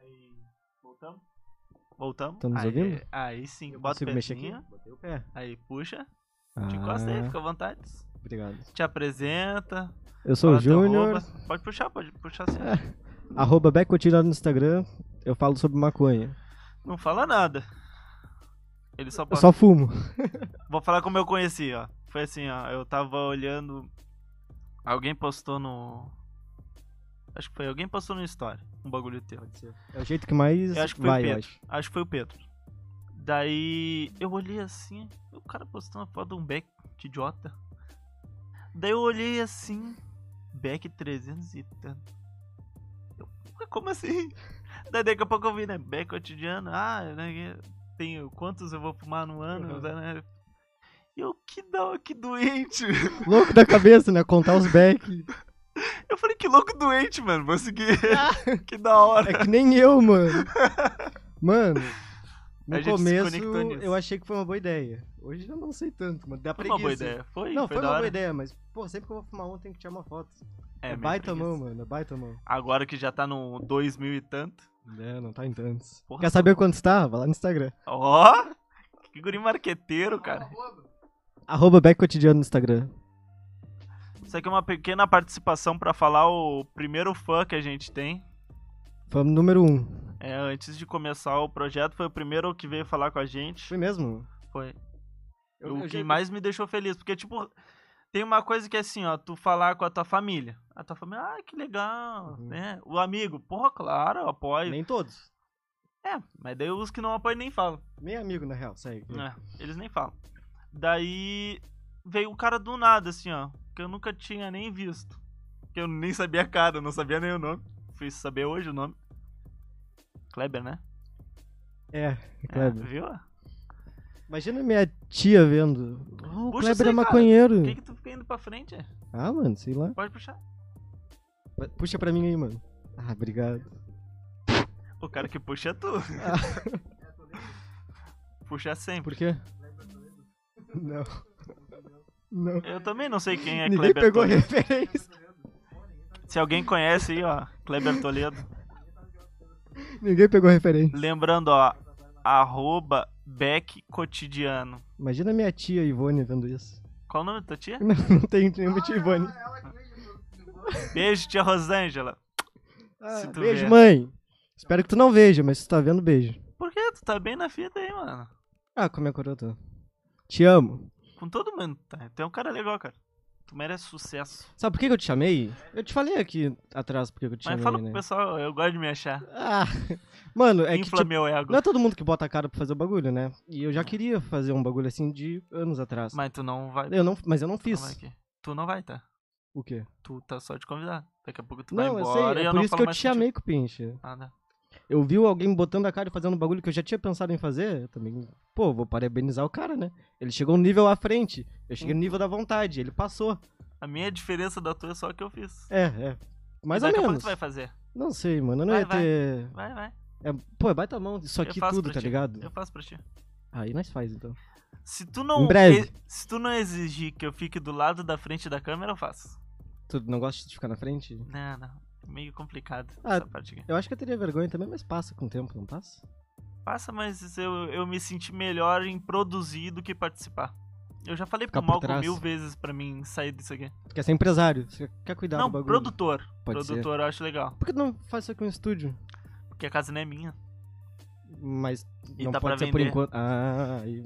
Aí, voltamos? Voltamos?
Tá nos
aí,
ouvindo?
Aí sim,
Eu
bota o
consigo mexer aqui?
pezinho.
Botei o pé.
Aí puxa.
Ah,
Te encosta aí, fica à vontade.
Obrigado.
Te apresenta.
Eu sou
fala
o
teu
Júnior,
arroba. Pode puxar, pode puxar sim.
arroba Becotilha no Instagram. Eu falo sobre maconha.
Não fala nada. Ele só
Eu
passa.
só fumo.
Vou falar como eu conheci, ó. Foi assim, ó. Eu tava olhando. Alguém postou no. Acho que foi alguém postou no Story. Um bagulho teu.
É o jeito que mais
Eu acho que foi
vai,
o
eu
Pedro.
acho.
Acho que foi o Pedro. Daí eu olhei assim, o cara postou uma foto de um Beck de idiota. Daí eu olhei assim, Beck 300 e tanto. Eu, "Ué, como assim? Daí daqui a pouco eu vi, né? Beck cotidiano, ah, né? que- tenho, quantos eu vou fumar no ano, né? E eu, que, do, que doente.
Louco da cabeça, né? Contar os back.
Eu falei, que louco doente, mano. Vou seguir. que da hora.
É que nem eu, mano. Mano, no
A gente se
começo
conectou nisso.
eu achei que foi uma boa ideia. Hoje eu não sei tanto, mano. Dá
Foi
preguiça.
uma boa ideia. Foi,
Não,
foi,
foi
da
uma
hora.
boa ideia, mas, pô, sempre que eu vou fumar um, tem que tirar uma foto. É,
minha
baita
preguiça.
mão, mano. É baita mão.
Agora que já tá no 2000 e tanto.
É, não tá em tantos.
Uhum. Porra,
Quer saber quantos tá? Vai lá no Instagram.
Ó! que guri marqueteiro, cara.
Arroba Beck Cotidiano no Instagram.
Isso aqui é uma pequena participação pra falar o primeiro fã que a gente tem.
Fama número um.
É, antes de começar o projeto, foi o primeiro que veio falar com a gente.
Foi mesmo?
Foi.
Eu-
o
eu
que
já-
mais me deixou feliz. Porque, tipo, tem uma coisa que é assim, ó, tu falar com a tua família. A tua família, ah, que legal,
Uhum.
né? O amigo, porra, claro, eu apoio.
Nem todos.
É, mas daí os que não apoiam nem falam.
Nem amigo, na real, segue.
É, eles nem falam. Daí veio o cara do nada, assim, ó. Que eu nunca tinha nem visto. Que eu nem sabia a cara, não sabia nem o nome. Fui saber hoje o nome. Kleber, né?
É,
É,
Kleber. Hum.
viu?
Imagina minha tia vendo. Oh, o
Puxa isso
Kleber
aí,
é
cara.
maconheiro.
Por que, que tu fica indo pra frente? é?
Ah, mano, sei lá.
Pode puxar.
Puxa pra mim aí, mano. Ah, obrigado.
O cara que puxa é tu. puxa sempre.
Por quê? Não. Não.
Eu também não sei quem é
Ninguém
Kleber
pegou
Toledo.
referência.
Se alguém conhece aí, ó, Kleber Toledo.
Ninguém pegou referência.
Lembrando, ó, arroba Beck Cotidiano.
Imagina minha tia Ivone vendo isso.
Qual o nome da tua tia?
Não, não tem nenhuma tia Ivone.
Beijo, tia Rosângela.
Ah,
Se tu
beijo,
ver.
mãe. Espero que tu não veja, mas se tu tá vendo, beijo.
Por que tu tá bem na fita aí, mano?
Ah, como é que eu tô? Te amo.
Com todo mundo, tá? Tu é um cara legal, cara. Tu merece sucesso.
Sabe por que que eu te chamei? Eu te falei aqui atrás porque que eu te
Mas
chamei,
fala
né?
pro pessoal, eu gosto de me achar.
Ah, mano, é que
Infla
tipo,
meu ego.
não é todo mundo que bota a cara pra fazer o bagulho, né? E eu já queria fazer um bagulho assim de anos atrás.
Mas é tu não vai.
Eu não, mas eu não
tu não
fiz.
vai aqui. Tu não vai, tá?
O quê?
Tu tá só de convidado. Daqui a pouco tu
não,
vai
eu
embora
sei,
e
é
eu
por
não
isso
falo
que eu
mais
te
contigo.
chamei, Cupincha.
Nada.
Eu vi alguém botando a cara e fazendo um bagulho que eu já tinha pensado em fazer, eu também, pô, vou parabenizar o cara, né? Ele chegou no nível à frente, eu cheguei no nível da vontade, ele passou.
A minha diferença da tua é só o que eu fiz.
É, é. Mais
E
ou
daqui a pouco
menos.
tu vai fazer.
Não sei, mano, eu não
Vai,
ia
vai.
ter...
Vai, vai.
É, pô, é baita mão, isso aqui
faço
tudo,
pra
tá
ti.
ligado?
Eu faço pra ti.
Aí nós faz, então.
Se tu não.
Em breve.
e- Se tu não exigir que eu fique do lado da frente da câmera, eu faço.
Tu não gosta de ficar na frente?
Não, não. Meio complicado
Ah,
essa parte aqui.
Eu acho que eu teria vergonha também, mas passa com o tempo, não passa?
Passa, mas eu, eu me senti melhor em produzir do que participar. Eu já falei
Ficar
pro
por
Malco
trás.
mil vezes pra mim sair disso aqui.
Tu quer é ser empresário, você quer cuidar
não,
do um bagulho.
produtor.
Pode ser.
produtor eu acho legal.
Por que tu não faz isso aqui um estúdio?
Porque a casa não é minha.
Mas
E
não
dá pra
pode ser por
vender.
enquanto. Ah, aí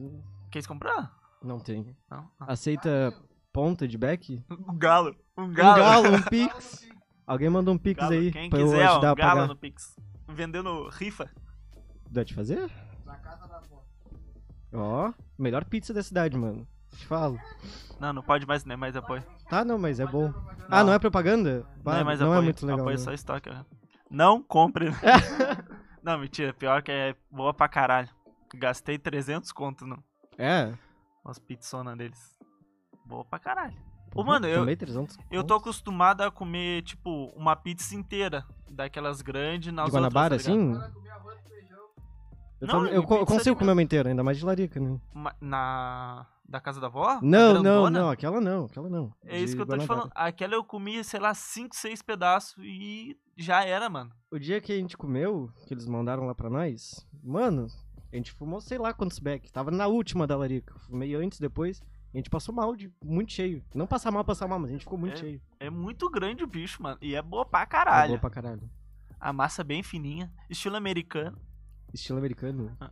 Queres comprar?
não tem.
Não. não.
Aceita ponta de back?
Um galo. Um
Um
galo.
galo, um pix. Alguém manda um pix
Galo,
aí
Quem
pra
quiser,
eu
ó, um
ajudar a
galo
pagar.
no Pix. Vendendo rifa.
Dá de fazer? Ó, melhor pizza da cidade, mano. Te falo.
Não, não pode mais, não é mais apoio.
Tá, não, mas é bom. Ah, não é propaganda?
Não é
Bah,
mais
não
apoio.
é muito legal.
Apoio
não.
só estoque. ó. Não compre. não, mentira. Pior que é boa pra caralho. Gastei 300 conto no,
É?
nas pizzona deles. Boa pra caralho. Ô, mano, eu-
Tomei 300
Eu tô acostumado a comer, tipo, uma pizza inteira. Daquelas grandes nas
De Guanabara,
outras, tá ligado?
assim? Eu,
Não,
tam-
e
eu co- eu
pizza
consigo
de-
comer uma inteira, ainda mais de larica, né?
Ma- Na... Da casa da avó? A
Não, não,
tá grandona?
não, aquela não, aquela não.
É isso
De
que eu tô te
Guanabara.
falando. Aquela eu comi, sei lá, 5, 6 pedaços e já era, mano.
O dia que a gente comeu, que eles mandaram lá pra nós, mano, a gente fumou sei lá quantos beck. Tava na última da larica. Fumei antes, depois. A gente passou mal de muito cheio. Não passar mal, passar mal, mas a gente ficou muito
É,
cheio.
É muito grande o bicho, mano. E é boa pra
Tá
caralho.
boa pra caralho.
A massa é bem fininha, estilo americano.
Estilo americano?
Ah.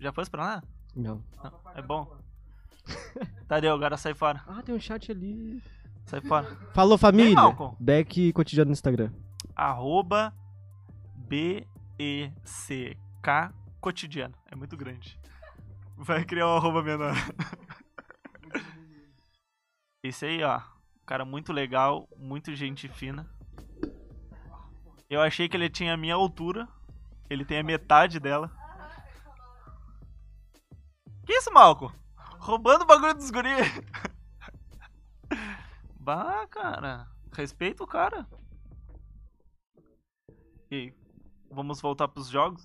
Já foi pra lá?
Não.
Não, é bom. Tadeu, agora sai fora.
Ah, tem um chat ali.
Sai fora.
Falou, família!
Malcolm?
Beck cotidiano no Instagram.
Arroba BECK cotidiano. É muito grande. Vai criar um arroba menor. Esse aí, ó. Cara muito legal, muito gente fina. Eu achei que ele tinha a minha altura. Ele tem a metade dela. Que isso, Malco? Roubando o bagulho dos guri. bah, cara. Respeita o cara. E aí, vamos voltar pros jogos?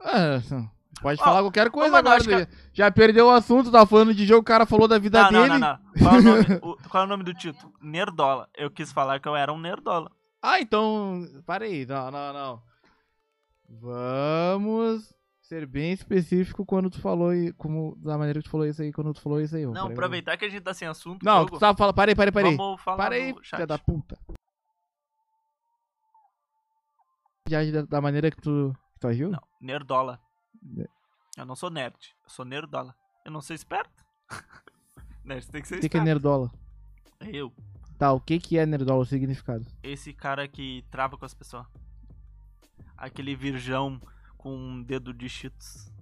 Ah, pode
Ó,
falar qualquer coisa
mano, eu
agora.
acho
né? Já perdeu o assunto, tava falando de jogo, o cara falou da vida
não, não, não,
dele.
não. Qual é, o nome, o- qual é o nome do título? Nerdola. Eu quis falar que eu era um nerdola.
Ah, então. Para aí, não, não, não. Vamos ser bem específico quando tu falou e. Como, da maneira que tu falou isso aí, quando tu falou isso aí. ô,
Não,
peraí,
aproveitar que a gente tá sem assunto.
um. Não,
jogo,
tu tava falando. Parei, parei, parei.
vamos falar
Para aí,
do chat.
filha da puta. Já age da, da maneira que tu, que tu agiu?
Não, nerdola.
Ne-
Eu não sou nerd, eu sou nerdola. Eu não sou esperto. nerd tem que ser
O que, que é
esperto.
nerdola?
É eu.
Tá, o que, que é nerdola, o significado?
Esse cara que trava com as pessoas. Aquele virgão com um dedo de cheetos.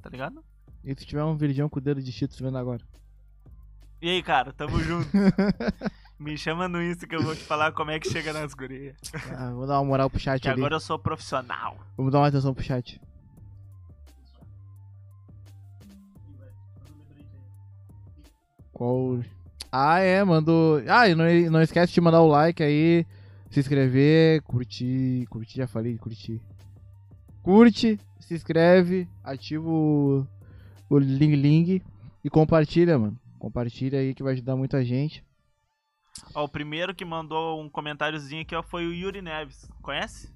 Tá ligado?
E se tiver um virgão com o dedo de cheetos vendo agora?
E aí, cara, tamo junto. Me chama no Insta que eu vou te falar como é que chega nas gurias.
Ah, vou dar uma moral pro chat
Que
ali.
agora eu sou profissional.
Vamos dar uma atenção pro chat. Qual. Ah, é, mandou. Ah, e não, não esquece de mandar o like aí, se inscrever, curtir. Curtir, já falei, curtir. Curte, se inscreve, ativa o, o Ling Ling e compartilha, mano. Compartilha aí que vai ajudar muita gente.
Ó, o primeiro que mandou um comentáriozinho aqui ó, foi o Yuri Neves. Conhece?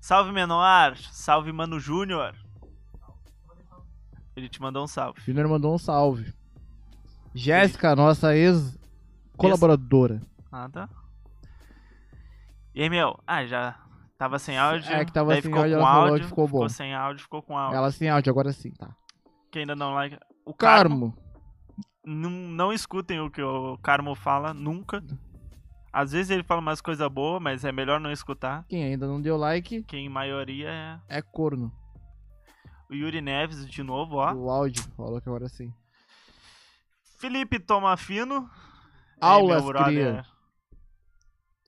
Salve Menor, salve Mano Júnior. Ele te mandou um salve.
O Junior mandou um salve. Jéssica, nossa ex-colaboradora.
Ah, tá. E aí, meu? Ah, já tava sem áudio.
É que tava
daí
sem
ficou
áudio,
com
ela falou
áudio.
que ficou bom.
sem áudio, ficou com áudio.
Ela sem áudio, agora sim, tá.
Quem ainda não like. O Carmo.
Carmo.
Não, não escutem o que o Carmo fala, nunca. Às vezes ele fala umas coisas boas, mas é melhor não escutar.
Quem ainda não deu like
Quem em maioria é
é corno.
o Yuri Neves, de novo, ó.
O áudio, falou que agora sim.
É Felipe Tomafino. Ei,
Aulas,
meu brother. é.
cria.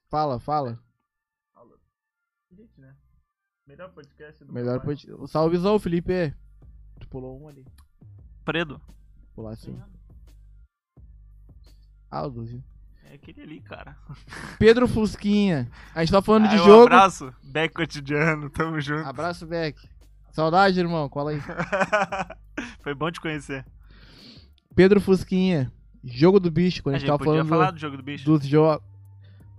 Fala, fala.
né? Melhor podcast do
Melhor pode. Salvezão, Felipe. Tu pulou um ali.
Predo.
Pular assim. Ah, o Duzinho.
É aquele ali, cara.
Pedro Fusquinha. A gente tá falando de
Aí, um
jogo.
abraço. Back cotidiano, tamo junto.
Abraço, Beck. Saudade, irmão. Cola aí. Ah.
Foi bom te conhecer.
Pedro Fusquinha. Jogo do bicho, quando
A
a gente
gente
tava
podia
falando
falar
do-
do jogo do bicho.
dos, jo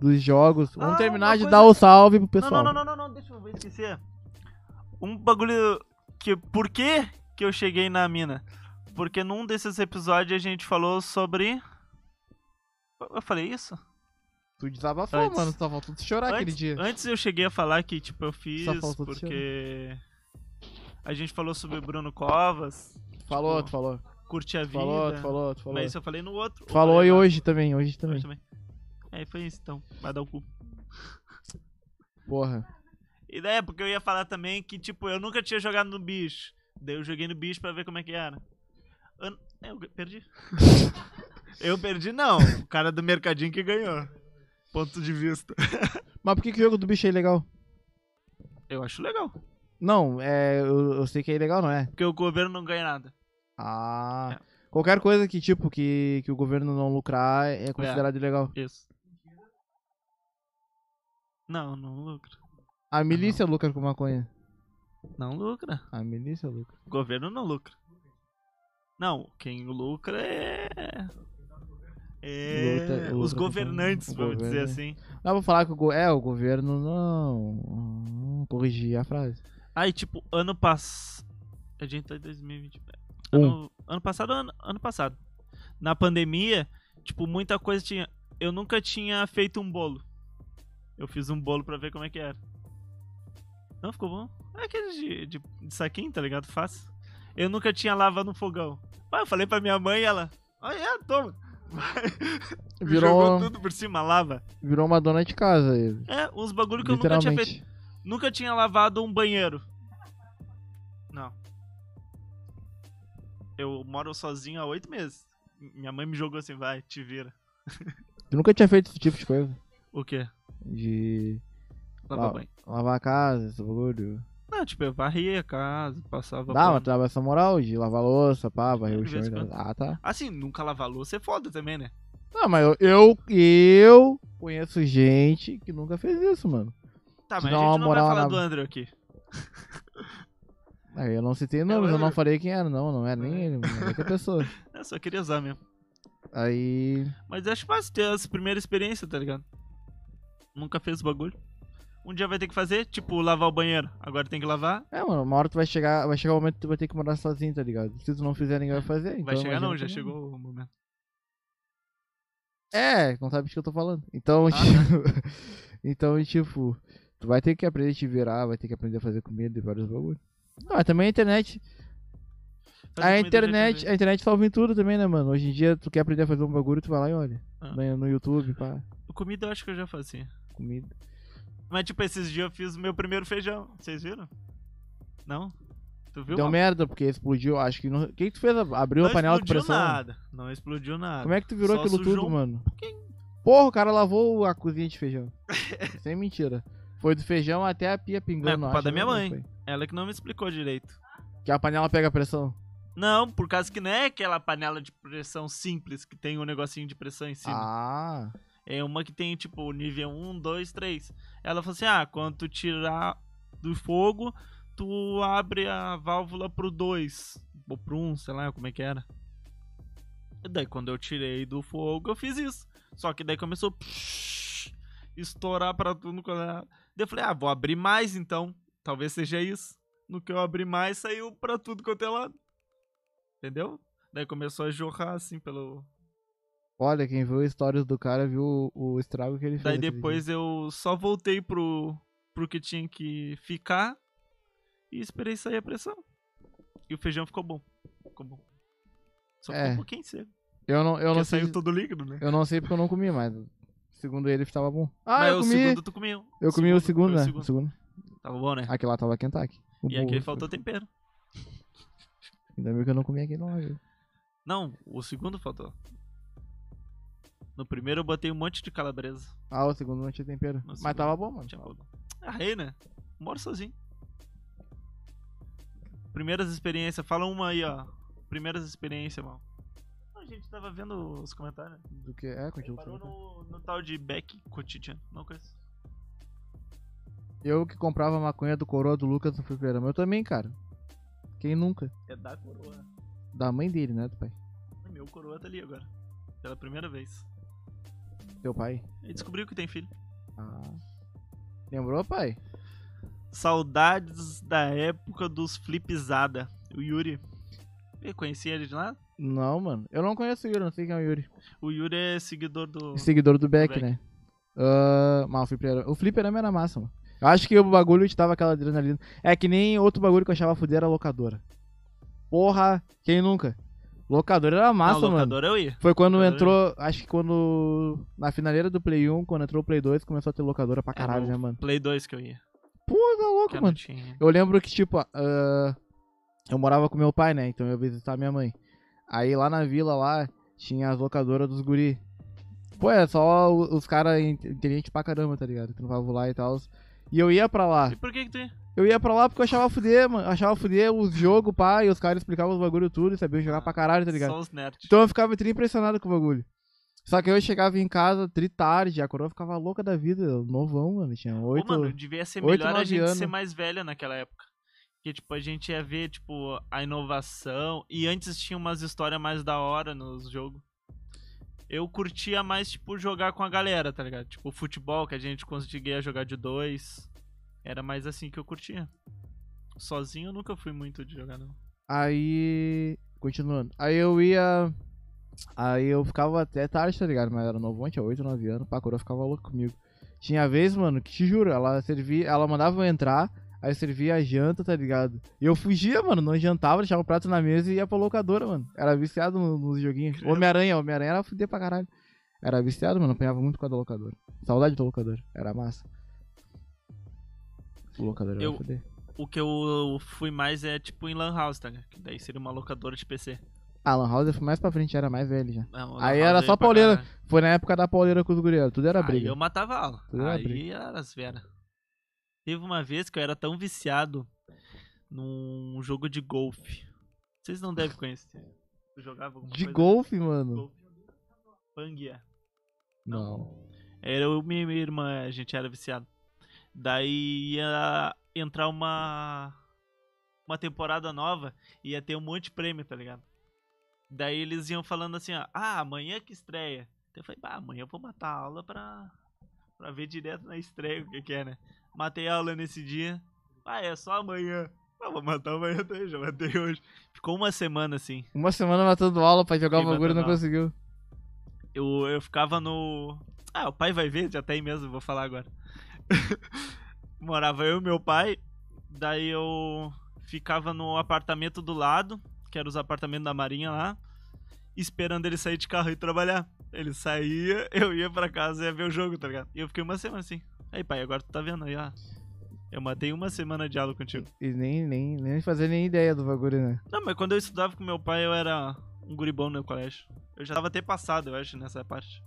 dos jogos.
Ah,
Vamos terminar
uma
de
coisa-
dar o salve pro
Não,
pessoal.
não, não, não, não, não, deixa eu vou esquecer. Um bagulho que por que que eu cheguei na mina? Porque num desses episódios a gente falou sobre Eu falei isso?
Tu desabafou,
Antes.
mano. Só faltou tu chorar aquele
Antes,
dia.
antes eu cheguei a falar que tipo eu fiz
Só faltou tu
porque a gente falou sobre Bruno Covas,
Falou,
tipo,
tu falou.
curte a vida.
Falou, tu falou, tu falou.
Mas isso eu falei no outro.
Tu falou
Eu
e
falei
hoje também, hoje
lá-
também.
hoje também. É, foi isso então. Vai dar o cu.
Porra.
E daí, é, porque eu ia falar também que, tipo, eu nunca tinha jogado no bicho. Daí eu joguei no bicho pra ver como é que era. Eu, é, eu perdi. eu perdi, não. O cara do mercadinho que ganhou. Ponto de vista.
Mas por que, que o jogo do bicho é legal?
Eu acho legal.
Não, é. Eu, eu sei que é legal, não é?
Porque o governo não ganha nada.
Ah.
É.
Qualquer coisa que, tipo, que, que o governo não lucrar é considerado ilegal.
Isso. Não, não lucra.
A milícia lucra com maconha.
Não lucra.
A milícia lucra.
O governo não lucra. Não, quem lucra é. É.
Luta- lucra
os
com-
governantes,
o
vamos dizer
governo.
assim.
Dá pra falar que o go... É, o governo não. Hum, Corrigir a frase.
Aí, tipo, ano passado. A gente tá em 2020. é.
Um.
Ano, ano passado, ano, ano passado. Na pandemia, tipo, muita coisa tinha. Eu nunca tinha feito um bolo. Eu fiz um bolo pra ver como é que era. Não ficou bom? É aquele de, de, de saquinho, tá ligado? Fácil. Eu nunca tinha lava no fogão. Mas eu falei pra minha mãe e ela. Olha, é, toma. Jogou
Virou, um
tudo por cima, lava.
virou uma dona de casa. ele.
É, uns bagulho que eu nunca tinha feito.
Literalmente.
Nunca tinha lavado um banheiro. Não. Eu moro sozinho há oito meses. M- Minha mãe me jogou assim, vai, te vira.
Tu nunca tinha feito esse tipo de coisa?
O quê?
De
Lavar
Ah.
banho.
lavar a casa, esse bagulho.
Não, Não, tipo, eu varria a casa, passava.
Dá,
pano.
mas tu dava essa moral de lavar louça, pá, varrer o
De
chão.
vez
e
em
tal.
quando.
Ah, tá.
Assim, nunca lavar louça é foda também, né?
Não, mas eu, eu, eu conheço gente que nunca fez isso, mano.
Tá,
Se
mas a
dá
gente
uma
não vai
moral
falar
na-
do Andrew aqui.
Ah, Eu não citei nomes,
é
eu não falei quem era, não. Não era nem ele, mano. Era outra pessoa.
Eu só queria usar mesmo.
Aí.
Mas acho fácil ter essa primeira experiência, tá ligado? Nunca fez o bagulho. Um dia vai ter que fazer, tipo, lavar o banheiro. Agora tem que lavar.
É, mano, uma hora tu vai chegar. Vai chegar o momento que tu vai ter que morar sozinho, tá ligado? Se tu não fizer, ninguém vai fazer.
vai
então
chegar não,
imagina
já
também.
chegou o momento.
É, não sabe do que eu tô falando. Então,
Ah,
tipo. então, tipo, tu vai ter que aprender a te virar, vai ter que aprender a fazer comida e vários bagulho. Ah, mas também a internet.
Fazer
A
comida
internet,
já
a internet salva em tudo também, né, mano? Hoje em dia tu quer aprender a fazer um bagulho, tu vai lá e olha.
Ah.
No, no YouTube, pá,
fazia. Comida eu acho que eu já fazia.
comida.
Mas, tipo, esses dias eu fiz o meu primeiro feijão. Vocês viram? Não? Tu viu?
Deu
mano?
merda, porque explodiu, acho que. não- O que, que tu fez? Abriu
não
a panela com
explodiu
pressão?
nada. Não explodiu nada.
Como é que tu virou
Só
aquilo
sujou
tudo,
um
mano? Porra, o cara lavou a cozinha de feijão. Sem mentira. Foi do feijão até a pia pingando.
É culpa
acho,
da minha
né,
mãe.
foi.
Ela que não me explicou direito.
Que a panela pega pressão.
Não, por causa que não é aquela panela de pressão simples que tem um negocinho de pressão em cima.
Ah.
É uma que tem, tipo, nível 1, 2, 3. Ela falou assim: ah, quando tu tirar do fogo, tu abre a válvula pro 2. Ou pro 1, sei lá como é que era. E daí, quando eu tirei do fogo, eu fiz isso. Só que daí começou psh, estourar pra tudo. Quando era... Daí eu falei: ah, vou abrir mais então. Talvez seja isso. No que eu abri mais, saiu pra tudo quanto é lado. Entendeu? Daí começou a jorrar assim pelo,
Olha, quem viu stories do cara viu o, o estrago que ele fez.
Daí
aquele
depois eu só voltei pro, pro que tinha que ficar e esperei sair a pressão. E o feijão ficou bom. Ficou bom. Só ficou
É.
um pouquinho seco.
dia. Eu não, eu
Porque
não sei.
saiu todo líquido, né?
Eu não sei porque eu não comi, mas segundo ele estava bom. Ah,
Mas
eu
o
comi.
segundo tu comeu.
Eu comi o
foi
segundo, Ah, né? O
segundo.
segundo.
Tava bom, né?
Aquele lá tava Kentucky. O
E
bom,
aquele
o-
faltou tempero.
Ainda bem que eu não comi aquele lá, viu?
Não, o segundo faltou. No primeiro eu botei um monte de calabresa.
Ah, o segundo não tinha tempero.
No
mas
segundo
tava bom, mano.
Não tinha problema. Arrei, né? Moro sozinho. Primeiras experiências, fala uma aí, ó. Primeiras experiências, mal. A gente tava vendo os comentários. né?
Do que é, continua.
Parou no, no tal de Beck Cotidian. Não conheço.
Eu que comprava maconha do coroa do Lucas no fliperama. Eu também, cara. Quem nunca?
É da coroa.
Da mãe dele, né, do pai?
Meu coroa tá ali agora. Pela primeira vez.
Teu pai.
Ele descobriu que tem filho.
Ah. Lembrou, pai?
Saudades da época dos flipzada. O Yuri. Eu conheci ele de lá?
Não, mano. Eu não conheço o Yuri, não sei quem é o Yuri.
O Yuri é seguidor do.
Seguidor do Beck,
Beck.
né? Ah, mas o fliperama, o fliperama era massa, mano. Eu acho que o bagulho te dava aquela adrenalina. É que nem outro bagulho que eu achava fuder era locadora. Porra, quem nunca? Locadora era é massa,
Não,
mano.
locador eu ia.
Foi quando
locadora
entrou, acho que quando. Na finaleira do Play 1, quando entrou o Play 2, começou a ter locadora pra caralho,
no
né, mano?
Play 2 que eu ia.
Pô, tá louco,
Que
mano.
não tinha.
Eu lembro que, tipo, ah, eu morava com meu pai, né? Então eu ia visitar minha mãe. Aí lá na vila, lá, tinha as locadoras dos guri. Pô, é só o- os caras inteligentes pra caramba, tá ligado? Trampavam lá e tal. E eu ia pra lá.
E por que que tu ia?
Eu ia pra lá porque eu achava fuder, mano. Eu achava fuder os jogos, pá, e os caras explicavam os bagulho tudo e sabiam jogar pra caralho, tá ligado?
Só os nerds.
Então eu ficava tri impressionado com o bagulho. Só que eu chegava em casa tri tarde, a coroa ficava louca da vida, eu novão, mano. Tinha
Pô,
oito.
mano, devia ser
oito,
melhor a
nove
gente
anos.
ser mais velha naquela época. Porque, tipo, a gente ia ver, tipo, a inovação. E antes tinha umas histórias mais da hora nos jogos. Eu curtia mais, tipo, jogar com a galera, tá ligado? Tipo, futebol, que a gente conseguia jogar de dois. Era mais assim que eu curtia. Sozinho eu nunca fui muito de jogar, não.
Aí. Continuando. Aí eu ia. Aí eu ficava até tarde, tá ligado? Mas era novão, tinha 8, 9 anos, pá, a coroa ficava louca comigo. Tinha vez, mano, que te juro, ela servia, ela mandava eu entrar, aí servia a janta, tá ligado? E eu fugia, mano, não jantava, deixava o prato na mesa e ia pra locadora, mano. Era viciado no- nos joguinhos.
Credo.
Homem-Aranha, Homem-Aranha era fuder pra caralho. Era viciado, mano, apanhava muito com a da locadora. Saudade da locadora, era massa. O locador era
Eu-
fuder.
O que eu fui mais é, tipo, em Lan House, tá ligado? Que daí seria uma locadora de PC.
A Lan House eu fui mais pra frente, era mais velho já.
Não,
Aí
Lan
era
House eu
só
ia pra
pauleira.
caralho.
Foi na época da pauleira com os guriados, tudo era
Aí
briga.
eu matava a aula.
Tudo era
aí
briga.
era as veras. Teve uma vez que eu era tão viciado num jogo de golfe. Vocês não devem conhecer. Eu jogava alguma
De
coisa-
golfe, mano.
Golfe. Panguia.
Não.
Era eu e minha irmã, a gente era viciado. Daí ia entrar uma uma temporada nova e ia ter um monte de prêmio, tá ligado? Daí eles iam falando assim, ó, ah, amanhã que estreia. Daí eu falei, bah, amanhã eu vou matar a aula pra, pra ver direto na estreia o que que é, né? Matei a aula nesse dia. Ah, é só amanhã. Ah, vou matar amanhã também, já matei hoje. Ficou uma semana assim.
Uma semana matando aula pra jogar o
Sim,
bagulho e não
matando aula.
conseguiu.
Eu, eu ficava no. Ah, o pai vai ver, já tá aí mesmo, vou falar agora. Morava eu e meu pai, daí eu ficava no apartamento do lado, que era os apartamentos da Marinha lá, esperando ele sair de carro e ir trabalhar. Ele saía, eu ia pra casa e ia ver o jogo, tá ligado? E eu fiquei uma semana assim. Aí, pai, agora tu tá vendo aí, ó. Eu matei uma semana de aula contigo.
E nem, nem, nem fazer nem ideia do bagulho, né?
Não, mas quando eu estudava com meu pai, eu era um guribão no colégio. Eu já tava até passado, eu acho, nessa parte.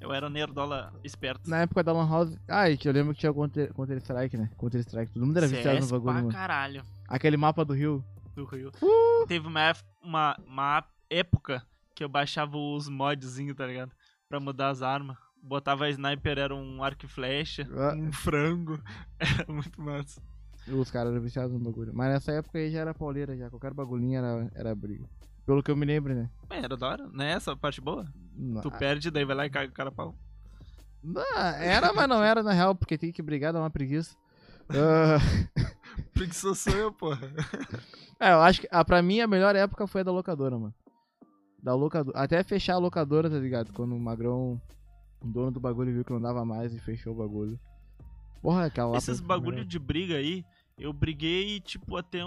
Eu era um nerdola esperto.
Na época da Lan House. Ai, que eu lembro que tinha Counter- Counter-Strike, né? Counter-Strike. Todo mundo era viciado no
CS
bagulho,
pra
mano.
caralho
Aquele mapa do Rio.
do Rio. Teve uma, ef- uma, uma época que eu baixava os modzinhos, tá ligado? Pra mudar as armas. Botava sniper, era um arco e flecha,
Ah.
um frango. Era muito massa.
Os caras eram viciados no bagulho. Mas nessa época aí já era pauleira, já. Qualquer bagulhinho era, era briga. Pelo que eu me lembro, né? Ah,
Mas era da hora, né? Essa parte boa.
Não,
Tu perde, daí vai lá e cai o cara a pau.
não, ah, era, mas não era, na real, porque tem que brigar, dá uma preguiça. Ah,
Preguiçoso sou eu, porra.
é, eu acho que ah, pra mim a melhor época foi a da locadora, mano. Da locadora. Até fechar a locadora, tá ligado? Quando o Magrão, o dono do bagulho, viu que não dava mais e fechou o bagulho. Porra, aquela lá
Esses
foi a
bagulho
melhor.
de briga aí, eu briguei, tipo, até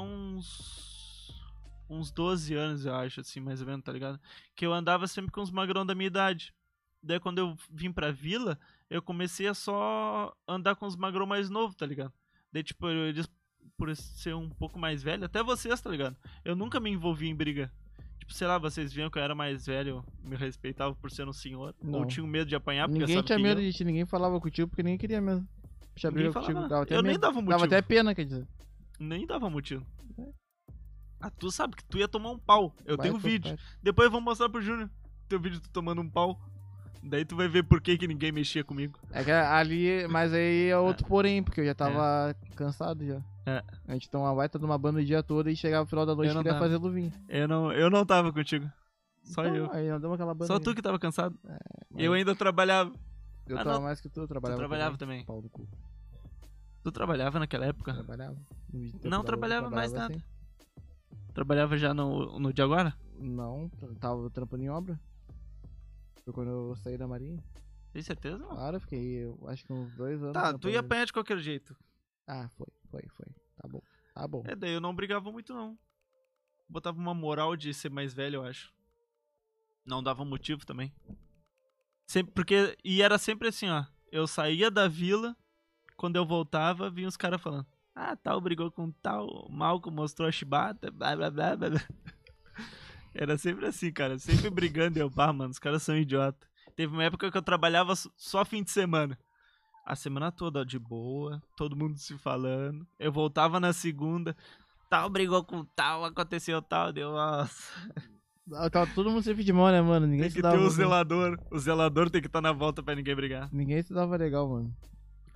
uns. Uns 12 anos, eu acho, assim, mais ou menos, tá ligado? Que eu andava sempre com os magrão da minha idade. Daí quando eu vim pra vila, eu comecei a só andar com os magrão mais novo, tá ligado? Daí, tipo, eu- eles, por ser um pouco mais velho, até vocês, tá ligado? Eu nunca me envolvi em briga. Tipo, sei lá, vocês viam que eu era mais velho, me respeitavam por ser um senhor.
Não.
Ou tinham medo de apanhar, porque
Ninguém
sabe
tinha
que
medo
eu-
de ti, ninguém falava contigo porque ninguém queria mesmo. Puxar
Ninguém
briga contigo.
falava
Dava
nada.
até
eu nem
medo.
dava um
Dava
motivo.
até pena, quer dizer.
Nem dava motivo. Ah, tu sabe que tu ia tomar um pau. Eu
É. Vai
tenho
pro
vídeo.
pai.
Depois eu vou mostrar pro Júnior. Teu vídeo tu tomando um pau. Daí tu vai ver por que, que ninguém mexia comigo.
É que ali, mas aí é outro porém, porque eu já tava cansado já.
É.
A gente toma uma baita de uma banda o dia todo e chegava no final da noite e
Eu não
queria
tava.
fazer luvinha.
Eu não, eu não tava contigo. Só
Então,
eu.
Aí nós damos aquela banda.
Só
aí.
tu que tava cansado.
mas-
Eu ainda trabalhava.
Eu
Ah,
tava
não.
mais que tu, eu
Tu
trabalhava.
trabalhava também.
Pau no cu.
Tu trabalhava naquela época?
Trabalhava. No vídeo
Ah. Não
tempo da
trabalhava
outra,
mais
trabalhava
Trabalhava já no, no de agora?
assim. Não, tra- tava trampando em obra. Foi quando eu saí da marinha.
Tem certeza? Não.
Claro, eu fiquei, eu acho que uns dois anos.
Tá, tu
trampando
ia
em-
apanhar de qualquer jeito.
Ah, foi, foi, foi. Tá bom. Tá bom.
É, daí eu não brigava muito, não. Botava uma moral de ser mais velho, eu acho. Não dava motivo também. Sempre, porque. E era sempre assim, ó. Eu saía da vila, quando eu voltava, vinha os caras falando. Ah, tal brigou com tal, Malco mostrou a chibata, blá blá blá blá. blá." Era sempre assim, cara. Sempre brigando. e Eu, pá, mano, os caras são idiota. Teve uma época que eu trabalhava s- só fim de semana. A semana toda de boa, todo mundo se falando. Eu voltava na segunda, tal brigou com tal, aconteceu tal, deu nossa.
Ah, Tava todo mundo sempre de mão, né, mano? Ninguém
Tem
se
que
dava.
ter o
muito.
zelador. O zelador tem que estar na volta pra ninguém brigar.
Ninguém se dava legal, mano.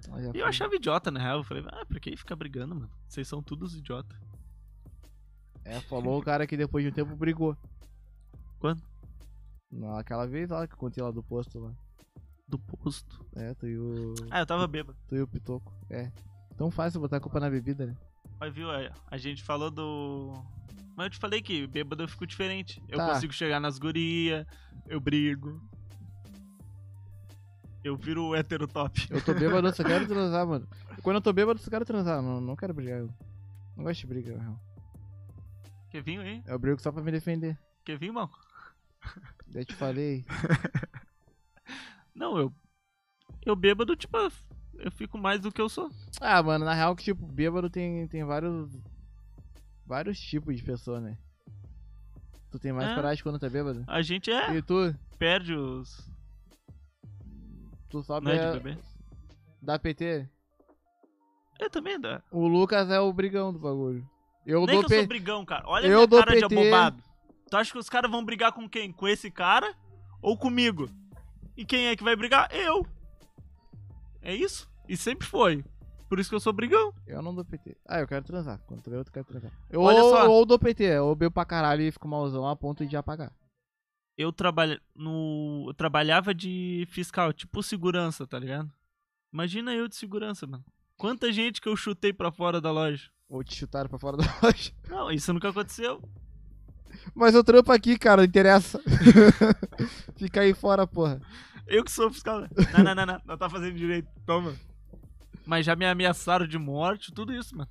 Mas já
E
foi.
eu achava idiota, na real. Eu falei, ah, por que ficar brigando, mano? Vocês são todos idiota.
É, falou o cara que depois de um tempo brigou.
Quando?
Naquela vez lá que eu contei lá do posto lá.
Do posto.
É, tu e o.
Ah, eu tava bêbado.
Tu e o Pitoco. É. Tão fácil botar a culpa na bebida, né?
Mas viu, a a gente falou do. Mas eu te falei que bêbado eu fico diferente. Eu
Tá.
consigo chegar nas gurias, eu brigo. Eu viro o hétero top.
Eu tô bêbado, eu só quero transar, mano. Quando eu tô bêbado, eu só quero transar, mano. Não quero brigar. Eu não gosto de briga, na real.
Quer vir, hein?
Eu brigo só pra me defender.
Quer vir, mal?
Já te falei.
Não, eu. Eu bêbado, tipo, eu fico mais do que eu sou.
Ah, mano, na real que, tipo, bêbado tem, tem vários. Vários tipos de pessoa, né? Tu tem mais
É.
coragem quando tá bêbado?
A gente é.
E tu?
Perde os.
Tu sobe
Não é de
a-
beber?
da PT?
Eu É, também dá.
O Lucas é o brigão do bagulho. Eu
Nem
dou
que eu sou
P...
brigão, cara. Olha
eu
a minha
dou
cara de
PT.
abobado. Tu acha que os caras vão brigar com quem? Com esse cara ou comigo? E quem é que vai brigar? Eu. É isso? E sempre foi. Por isso que eu sou brigão.
Eu não dou PT. Ah, eu quero transar. Quando tu vê, eu quero transar. Eu,
Olha
ou,
só.
ou dou PT, ou bebo pra caralho e fico malzão a ponto de apagar.
Eu trabalha no eu trabalhava de fiscal, tipo segurança, tá ligado? Imagina eu de segurança, mano. Quanta gente que eu chutei pra fora da loja.
Ou te chutaram pra fora da loja.
Não, isso nunca aconteceu.
Mas eu trampo aqui, cara, não interessa. Fica aí fora, porra.
Eu que sou fiscal. né? Não, não, não, não. Não tá fazendo direito. Toma. Mas já me ameaçaram de morte, tudo isso, mano.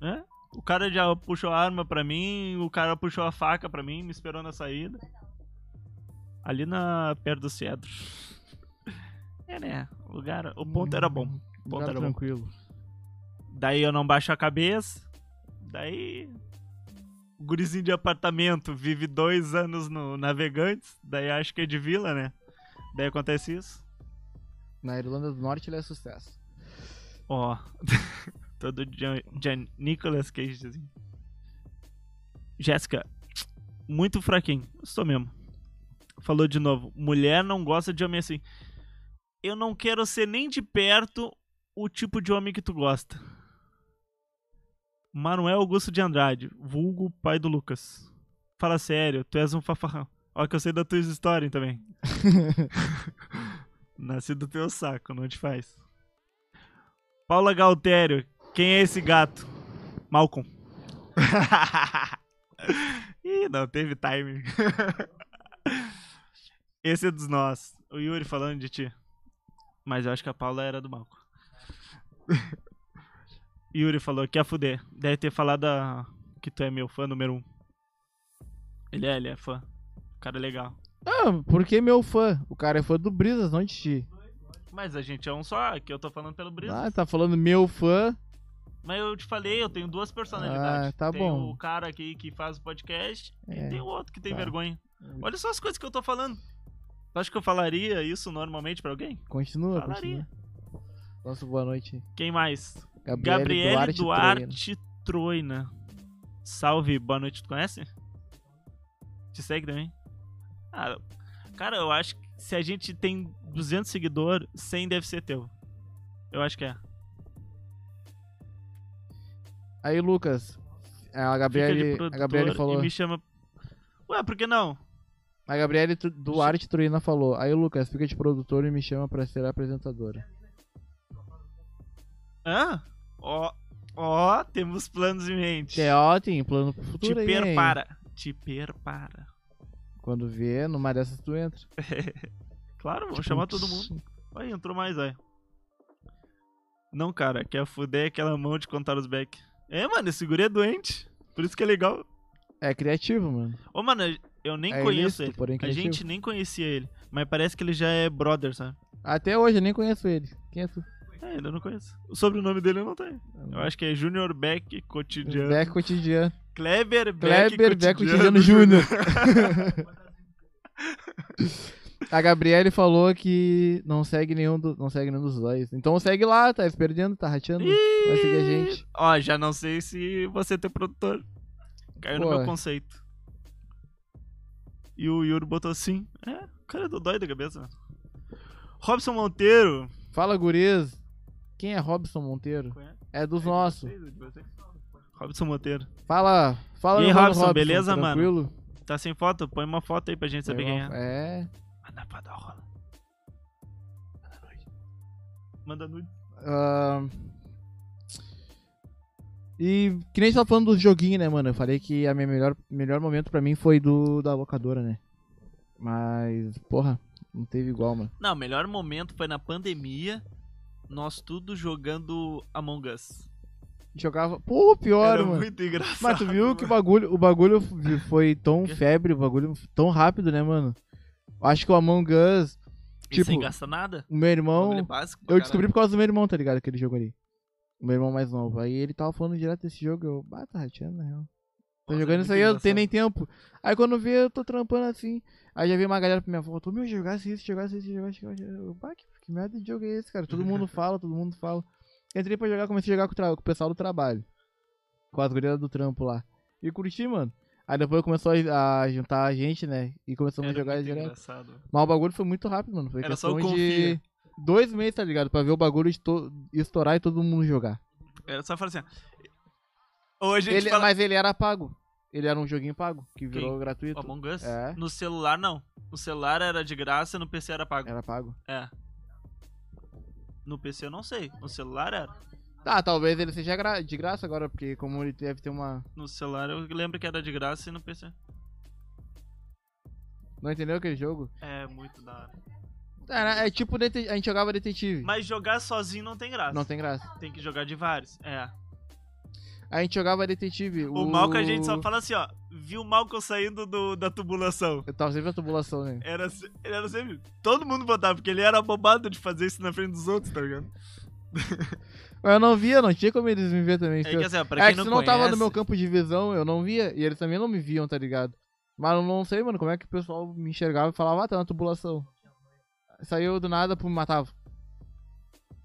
É? O cara já puxou a arma pra mim, o cara puxou a faca pra mim, me esperou na saída. Ali na perto do cedro. É, né? O, lugar, o ponto era bom. O ponto
Lugar
era bom.
tranquilo.
Daí eu não baixo a cabeça. Daí. O gurizinho de apartamento vive dois anos no Navegantes. Daí acho que é de vila, né? Daí acontece isso.
Na Irlanda do Norte ele é sucesso.
Ó. Todo John, John Nicolas Cage diz assim. Jéssica, muito fraquinho. Estou mesmo. Falou de novo. Mulher não gosta de homem assim. Eu não quero ser nem de perto o tipo de homem que tu gosta. Manuel Augusto de Andrade, vulgo pai do Lucas. Fala sério, tu és um fafarrão. Ó, que eu sei da tua história também. Nasci do teu saco, não te faz. Paula Galtério, quem é esse gato? Malcolm. Ih, não teve timing. esse é dos nós. O Yuri falando de ti. Mas eu acho que a Paula era do Malcolm. Yuri falou que ia fuder. Deve ter falado ah, que tu é meu fã número um. Ele é, ele é fã. Cara legal.
Ah, porque meu fã? O cara é fã do Brisas, não de ti.
Mas a gente é um só, que eu tô falando pelo Brisa.
Ah, tá falando meu fã.
Mas eu te falei, eu tenho duas personalidades.
Ah, tá
tem
bom.
o cara aqui que faz o podcast
É,
e tem o outro que tem
tá.
vergonha. Olha só as coisas que eu tô falando. Tu acha que eu falaria isso normalmente pra alguém?
Continua,
Falaria.
continua. Nossa, boa noite.
Quem mais?
Gabriel
Gabriele
Duarte.
Duarte,
Troiano.
Troina. Salve, boa noite, tu conhece? Te segue também? Ah, cara, eu acho que se a gente tem 200 seguidores, 100 deve ser teu. Eu acho que é.
Aí, Lucas. é, A
Fica de
Gabriele, a
produtor
Gabriele falou.
E me chama... Ué, por que não?
A Gabriele Tru- Duarte Truina falou. Aí, Lucas, fica de produtor e me chama pra ser apresentadora.
Hã? Ó, ó, temos planos em mente.
É ótimo, plano pro
Te
futuro aí, hein?
prepara. Te prepara.
Quando vê, numa dessas tu entra.
Claro,
Tipo
vamos chamar todo mundo. Aí, entrou mais, aí. Não, cara, quer fuder aquela mão de contar os back. É, mano, esse guri é doente. Por isso que é legal.
É criativo, mano.
Ô, mano, eu nem
É
conheço
ilícito,
ele.
porém
A
criativo.
gente nem conhecia ele. Mas parece que ele já é brother, sabe?
Até hoje eu nem conheço ele. Quem é tu?
É, ainda não conheço. O sobrenome dele eu não tenho. Eu
Ah.
acho que é Junior Beck Cotidiano.
Zé Cotidiano.
Kleber Beck
Kleber Zé
Cotidiano
Cotidiano Júnior. A Gabriele falou que não segue nenhum, do- não segue nenhum dos dois. Então segue lá, tá se perdendo, tá rateando. Vai seguir a gente.
Ó, já não sei se você tem produtor. Caiu no
Pô.
meu conceito. E o Yuri botou assim. É, o cara do dói da cabeça. mano. Robson Monteiro.
Fala, guriz. Quem é Robson Monteiro? É dos nossos.
Robson Monteiro.
Fala, fala
E aí,
meu mano
Robson, beleza, mano?
tranquilo?
Tá sem foto? Põe uma foto aí pra gente saber quem é.
É.
Manda pra dar rola. Manda nude. Manda nude.
Ahn. E que nem a gente tava falando do joguinho, né, mano? Eu falei que a minha melhor, melhor momento pra mim foi do da locadora, né? Mas, porra, não teve igual, mano.
Não, o melhor momento foi na pandemia. Nós tudo jogando Among Us.
Jogava. Pô, pior,
Era
mano.
muito engraçado.
Mas tu viu
mano.
que o bagulho, o bagulho f- foi tão febre, o bagulho tão rápido, né, mano? Acho que o Among Us,
E sem
tipo,
gastar nada?
o meu
Bagulho é
irmão.
básico pra
Então, Eu descobri
caralho.
por causa do meu irmão, tá ligado? Aquele jogo ali. O meu irmão mais novo. Aí ele tava falando direto desse jogo, eu, bah, tá rateando, na real.
Nossa,
Tô Tá jogando
é
isso
muito
aí, eu não tenho
engraçado.
nem tempo. Aí quando vê, eu tô trampando assim. Aí já vi uma galera pra minha volta, meu, jogasse isso, jogasse isso, jogasse isso. Eu, pá, que, que merda de jogo é esse, cara? Todo mundo fala, todo mundo fala. Entrei pra jogar, comecei a jogar com, o tra- com o pessoal do trabalho. Com as gurias do trampo lá. E curti, mano. Aí depois começou a, a juntar a gente, né? E começamos
Era
a jogar
muito
direto.
engraçado.
Mas o bagulho foi muito rápido, mano. Foi
Era só
questão
o
de dois meses, tá ligado? Pra ver o bagulho esto- estourar e todo mundo jogar.
Era só falar assim. ó. Hoje a gente
Ele, é
fala.
Mas ele era pago. Ele era um joguinho pago, que virou gratuito.
Among Us?
É.
No celular, não. No celular era de graça, no PC era pago.
Era pago.
É. No PC eu não sei. No celular era.
Tá, talvez ele seja gra- de graça agora, porque como ele deve ter uma.
No celular eu lembro que era de graça e no PC.
Não entendeu aquele jogo?
É muito da hora.
Era, é tipo, dete- a gente jogava detetive.
Mas jogar sozinho não tem graça.
Não tem graça.
Tem que jogar de vários. É.
A gente jogava detetive.
O mal que a gente só fala assim, ó. Viu o Malcolm saindo do, da tubulação.
Eu tava sempre na tubulação, né?
Era, se- ele era sempre. Todo mundo botava, porque ele era bobado de fazer isso na frente dos outros, tá ligado?
Mas eu não via, não tinha como eles me ver também.
É
se eu-
que assim, ó, pra
é
quem
que
não
se não tava no
conhece-
meu campo de visão, eu não via. E eles também não me viam, tá ligado? Mas eu não sei, mano, como é que o pessoal me enxergava e falava, ah, tá na tubulação. Saiu do nada, pô, me matava.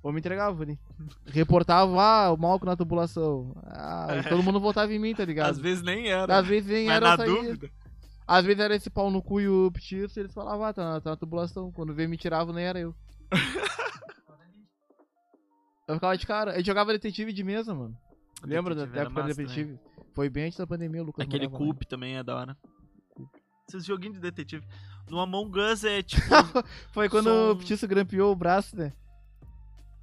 Ou me entregava ali. Reportava, ah, o Malco na tubulação. Ah, e todo mundo votava em mim, tá
Às
ligado?
vezes nem era.
Às vezes nem
mas
era tá
na
eu saía.
dúvida.
Às vezes era esse pau no cu e o petiço, e eles falavam, ah, tá na, tá na tubulação. Quando veio me tirava, nem era eu. eu ficava de cara. Eu jogava detetive de mesa, mano. Lembra da
Detetive era
época do
massa né?
detetive? né? Foi bem antes da pandemia, o Lucas.
Aquele
morava lá.
Coop também é da hora. Esses joguinhos de detetive. No Among Us é tipo.
Foi quando
Som-
o petiço grampeou o braço, né?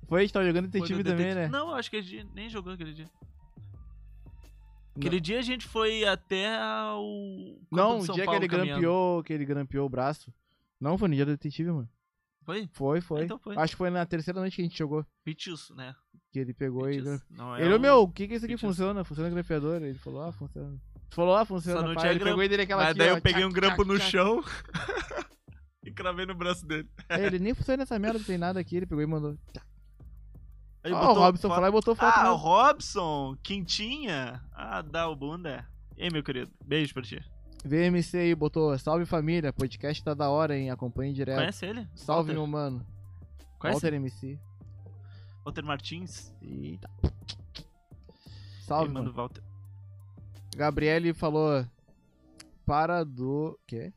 Foi, a gente tava jogando
quando
detetive
o
também,
detetive-
né?
Não, acho que a gente nem jogou aquele dia.
Não.
Aquele dia a gente foi até o. Campo
Não,
de
o
São
dia que
Paulo
ele
caminhando.
grampeou, que ele grampeou o braço. Não, foi no dia do detetive, mano.
Foi?
Foi, foi.
Então foi.
Acho que foi na terceira noite que a gente jogou.
Pitiço, né?
Que ele pegou e
Pitiço. Não
Ele, é
um-
meu, o que que isso aqui
Pitiço.
funciona? Funciona grampeador? Ele falou, ah, funciona. Tu falou, ah, funciona.
Só não
pá.
tinha
ele
grampo.
pegou e dele aquela
é Mas
aqui,
daí
ó,
eu peguei um
tchac,
grampo
tchac,
no
tchac.
chão e cravei no braço dele.
É, Ele nem funciona nessa merda, não tem nada aqui. Ele pegou e mandou.
Aí
Ó, Ah, o
botou
Robson
foto-
falou e botou foto. né?
Ah, o
mesmo.
Robson, Quintinha. Ah, dá o bunda. Ei, meu querido, beijo pra ti.
VMC aí botou, salve família, podcast tá da hora, hein? Acompanhe direto.
Conhece ele?
É.
Walter.
Salve, meu mano.
Conhece?
Walter MC.
Walter Martins.
Eita.
Salve,
Salve, mano.
Walter.
Gabriele falou. Para do. Quê?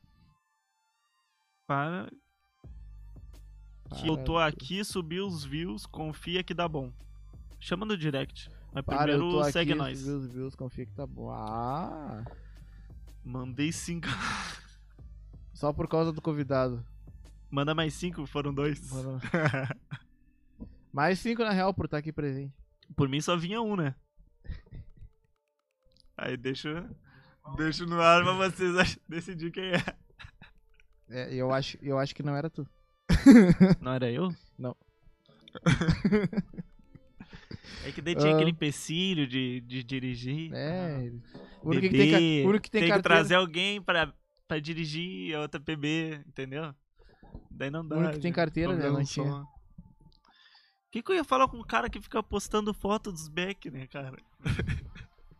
Para
Para,
que eu tô aqui, subi os views, confia que dá bom. Chama no direct. Mas
Para, eu tô
primeiro
aqui,
segue nós.
Views, views, confia que tá bom. Ah!
Mandei cinco.
Só por causa do convidado.
Manda mais cinco, foram dois.
Mano. Mais cinco na real por estar aqui presente.
Por mim só vinha um, né? Aí deixa. Deixa no ar pra vocês ach- decidir quem é.
É, eu acho, eu acho que não era tu.
Não era eu?
Não.
É que daí tinha
Ah.
aquele empecilho de, de dirigir.
É. ele- O único
Ah. Bebê,
que tem, ca- o único que tem
tem que
carteira-
trazer alguém pra, pra dirigir a outra PB, entendeu? Daí não dá.
O único que tem
gente.
carteira, né?
Problema
Não
só.
tinha.
O que, que eu ia falar com um cara que fica postando foto dos back, né, cara?